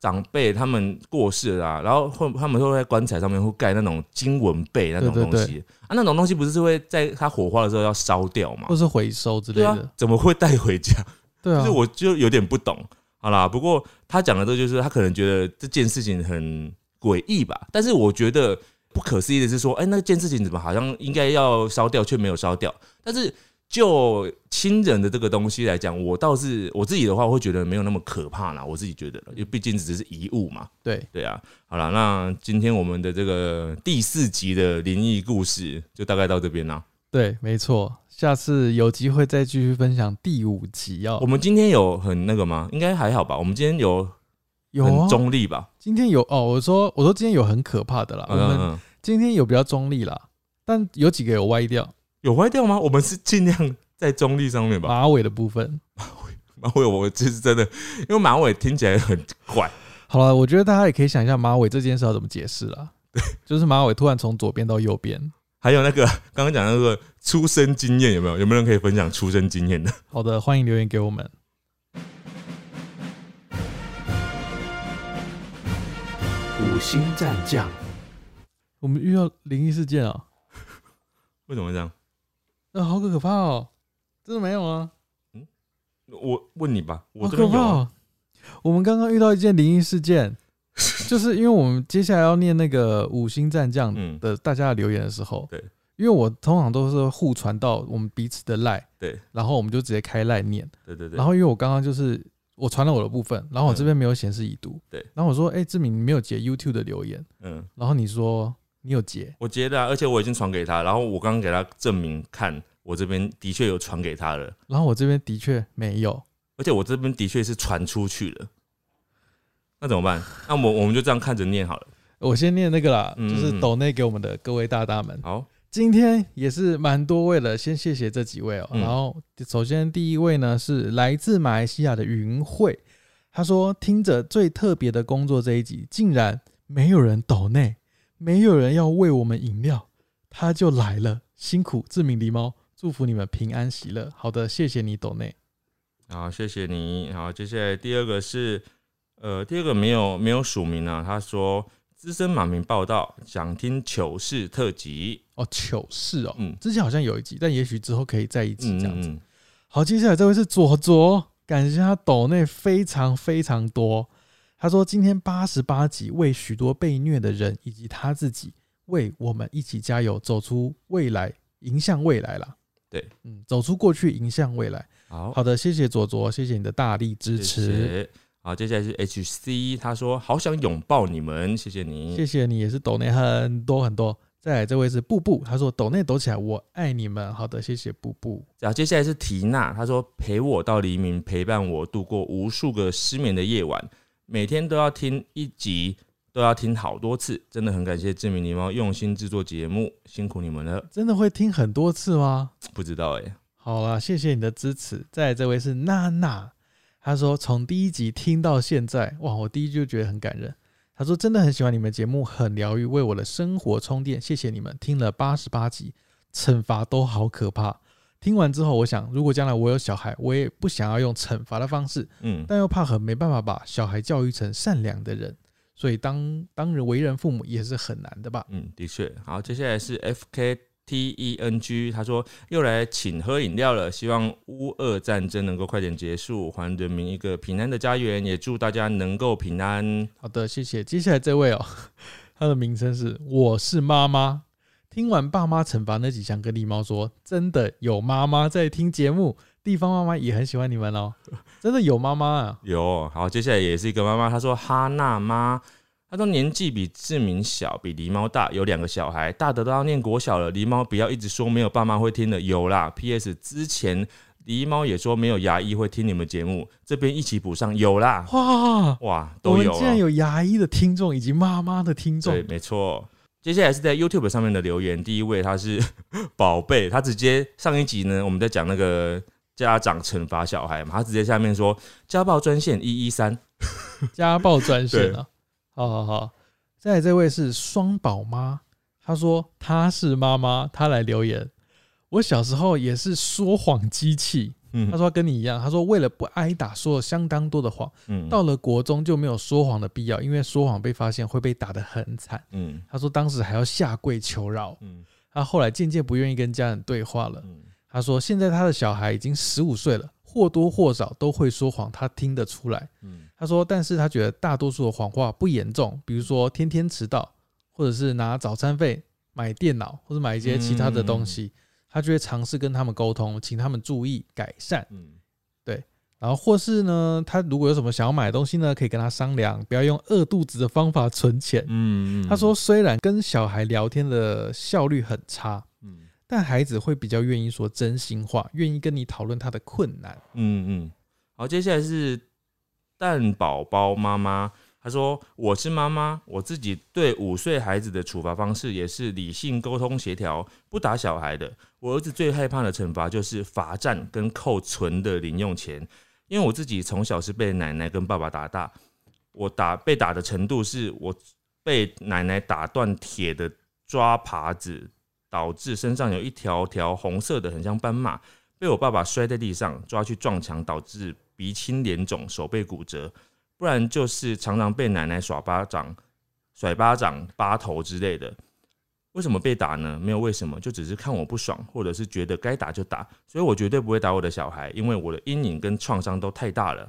B: 长辈他们过世了啊，然后会他们会在棺材上面会盖那种经文被那种
A: 对
B: 东
A: 对
B: 西
A: 对
B: 啊，那种东西不是是会在它火化的时候要烧掉吗
A: 或？是回收之类
B: 对啊
A: 的，，
B: 怎么会带回家？
A: 对啊，
B: 就是我就有点不懂。好啦，不过他讲的这就是他可能觉得这件事情很诡异吧，但是我觉得不可思议的是说，哎、那件事情怎么好像应该要烧掉却没有烧掉？但是就亲人的这个东西来讲，我倒是我自己的话会觉得没有那么可怕啦，我自己觉得，因为毕竟只是遗物嘛。
A: 对
B: 对啊，好了，那今天我们的这个第四集的灵异故事就大概到这边啦。
A: 对，没错。下次有机会再继续分享第五集哦
B: 我。们今天有很那个吗？应该还好吧。我们今天有
A: 有啊
B: 很，中立吧？
A: 今天有哦，我说我说今天有很可怕的啦，我
B: 嗯嗯
A: 们
B: 嗯
A: 今天有比较中立啦，但有几个有歪掉
B: 有歪掉吗？我们是尽量在中立上面吧。
A: 马尾的部分。
B: 马尾，我就是真的，因为马尾听起来很怪，
A: 好了，我觉得大家也可以想一下马尾这件事要怎么解释啦。就是马尾突然从左边到右边。
B: 还有那个刚刚讲那个出生经验有没有？有没有人可以分享出生经验的？
A: 好的，欢迎留言给我们。
C: 五星战将，
A: 我们遇到灵异事件啊、
B: 为什么这样？
A: 那、好可怕哦！真的没有啊，
B: 我问你吧，我
A: 好
B: 这
A: 可
B: 边
A: 怕
B: 有 啊、
A: 哦！我们刚刚遇到一件灵异事件，就是因为我们接下来要念那个五星战将
B: 嗯
A: 的大家的留言的时候，
B: 对，
A: 因为我通常都是互传到我们彼此的赖，
B: 对，
A: 然后我们就直接开赖念，
B: 对对对，嗯
A: 然后因为我刚刚就是我传了我的部分，然后我这边没有显示已读，
B: 对，
A: 然后我说，哎、志明你没有截 YouTube 的留言，
B: 嗯，
A: 然后你说你有截，
B: 我截的、啊，而且我已经传给他，然后我刚刚给他证明看，我这边的确有传给他了，
A: 然后我这边的确没有，
B: 而且我这边的确是传出去了。那怎么办？那我我们就这样看着念好了。
A: 我先念那个啦，
B: 嗯
A: 就是抖内给我们的各位大大们。
B: 好，
A: 今天也是蛮多位了，先谢谢这几位哦。
B: 嗯
A: 然后首先第一位呢是来自马来西亚的云慧，他说听着最特别的工作这一集，竟然没有人抖内，没有人要喂我们饮料，他就来了，辛苦志明狸猫，祝福你们平安喜乐。好的，谢谢你抖内。
B: 好，谢谢你。好，接下来第二个是，呃，第二个没有没有署名啊。他说，资深马民报道想听糗事特辑。
A: 哦，糗事哦，
B: 嗯
A: 之前好像有一集，但也许之后可以再一集
B: 嗯
A: 这样
B: 嗯
A: 子。
B: 嗯，
A: 好，接下来这位是左左，感谢他抖内非常非常多。他说今天八十八集为许多被虐的人以及他自己为我们一起加油，走出未来，迎向未来啦。
B: 对，
A: 嗯，走出过去，迎向未来。
B: 好，
A: 好的，谢谢左左，谢谢你的大力支持，
B: 谢谢。好，接下来是 H C，他说好想拥抱你们，谢谢你。
A: 谢谢你也是抖内很多很多。再来这位是布布，他说抖内抖起来，我爱你们。好的，谢谢布布。
B: 然后接下来是缇娜，她说陪我到黎明，陪伴我度过无数个失眠的夜晚，每天都要听一集，都要听好多次，真的很感谢志明狸猫用心制作节目，辛苦你们了。
A: 真的会听很多次吗？
B: 不知道哎、
A: 好啦，谢谢你的支持。再来这位是娜娜，她说从第一集听到现在，哇，我第一就觉得很感人。她说真的很喜欢你们节目，很疗愈，为我的生活充电，谢谢你们。听了八十八集，惩罚都好可怕。听完之后，我想，如果将来我有小孩，我也不想要用惩罚的方式，
B: 嗯，
A: 但又怕很没办法把小孩教育成善良的人，所以当当人为人父母也是很难的吧。
B: 嗯，的确。好，接下来是 F K T E N G，他说又来请喝饮料了，希望乌俄战争能够快点结束，还人民一个平安的家园，也祝大家能够平安。
A: 好的，谢谢。接下来这位哦，他的名称是我是妈妈，听完爸妈惩罚那几项，跟狸猫说：“真的有妈妈在听节目，地方妈妈也很喜欢你们哦，真的有妈妈啊。
B: 有好，接下来也是一个妈妈，她说哈娜妈，她说年纪比志明小，比狸猫大，有两个小孩，大的都要念国小了，狸猫不要一直说没有爸妈会听的，有啦。P.S. 之前狸猫也说没有牙医会听你们节目，这边一起补上，有啦”，
A: 哇，
B: 哇，
A: 我
B: 都
A: 们
B: 有啊
A: 竟然
B: 了，
A: 有牙医的听众以及妈妈的听众
B: 对，，没错。接下来是在 YouTube 上面的留言，第一位他是 宝贝，他直接上一集呢，我们在讲那个家长惩罚小孩嘛，他直接下面说家暴专线一一三，
A: 家暴专线啊。好好好，再来这位是双宝妈，她说她是妈妈，她来留言。我小时候也是说谎机器，
B: 嗯
A: 她说她跟你一样，她说为了不挨打，说了相当多的谎。
B: 嗯
A: 到了国中就没有说谎的必要，因为说谎被发现会被打得很惨。
B: 嗯
A: 她说当时还要下跪求饶。
B: 嗯
A: 她后来渐渐不愿意跟家人对话了。
B: 嗯。
A: 她说现在她的小孩已经十五岁了，或多或少都会说谎，她听得出来。
B: 嗯
A: 他说，但是他觉得大多数的谎话不严重，比如说天天迟到，或者是拿早餐费买电脑，或者买一些其他的东西，
B: 嗯
A: 他就会尝试跟他们沟通，请他们注意改善。
B: 嗯
A: 然后或是呢，他如果有什么想要买的东西呢，可以跟他商量，不要用饿肚子的方法存钱。
B: 嗯，嗯
A: 他说，，虽然跟小孩聊天的效率很差，
B: 嗯
A: 但孩子会比较愿意说真心话，愿意跟你讨论他的困难。
B: 嗯嗯，好，接下来是蛋宝宝妈妈，她说我是妈妈，我自己对五岁孩子的处罚方式也是理性沟通协调，不打小孩的。我儿子最害怕的惩罚就是罚站跟扣存的零用钱，因为我自己从小是被奶奶跟爸爸打大，我打被打的程度是我被奶奶打断铁的抓耙子，导致身上有一条条红色的，很像斑马，被我爸爸摔在地上，抓去撞墙，导致鼻青脸肿，手背骨折。不然就是常常被奶奶耍巴掌、甩巴掌、扒头之类的。为什么被打呢？没有为什么，就只是看我不爽，或者是觉得该打就打。所以我绝对不会打我的小孩，因为我的阴影跟创伤都太大了。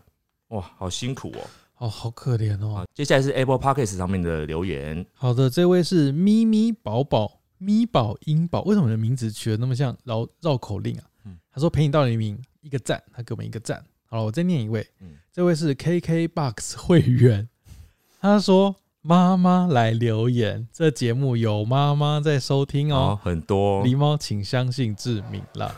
B: 哇，好辛苦哦！
A: 哦，好可怜哦
B: 好，。接下来是 Apple Podcast 上面的留言，
A: 好的，这位是咪咪宝宝咪宝英宝，为什么你的名字取得那么像绕绕口令啊？
B: 嗯
A: 他说陪你到黎明，一个赞，他给我们一个赞。好了，我再念一位，
B: 嗯
A: 这位是 KKBOX 会员， 他说妈妈来留言，这节目有妈妈在收听
B: 哦，
A: 哦，
B: 很多。
A: 狸猫请相信志明啦。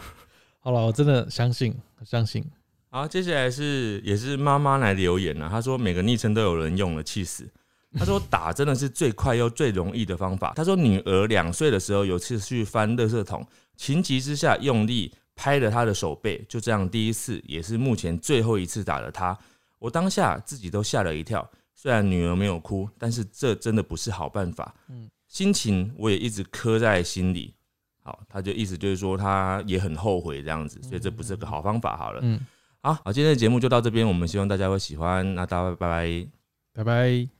A: 好了，我真的相信，我相 信。
B: 好，接下来是也是妈妈来留言了、她说每个昵称都有人用了，气死。她说打真的是最快又最容易的方法。她说女儿两岁的时候有次去翻垃圾桶，情急之下用力拍了她的手背，就这样第一次也是目前最后一次打了她。我当下自己都吓了一跳，虽然女儿没有哭，但是这真的不是好办法。
A: 嗯
B: 心情我也一直刻在心里。好，她就意思就是说她也很后悔这样子，所以这不是个好方法。好了，
A: 嗯，
B: 好好，今天的节目就到这边，我们希望大家会喜欢。那大家拜拜。
A: 拜拜。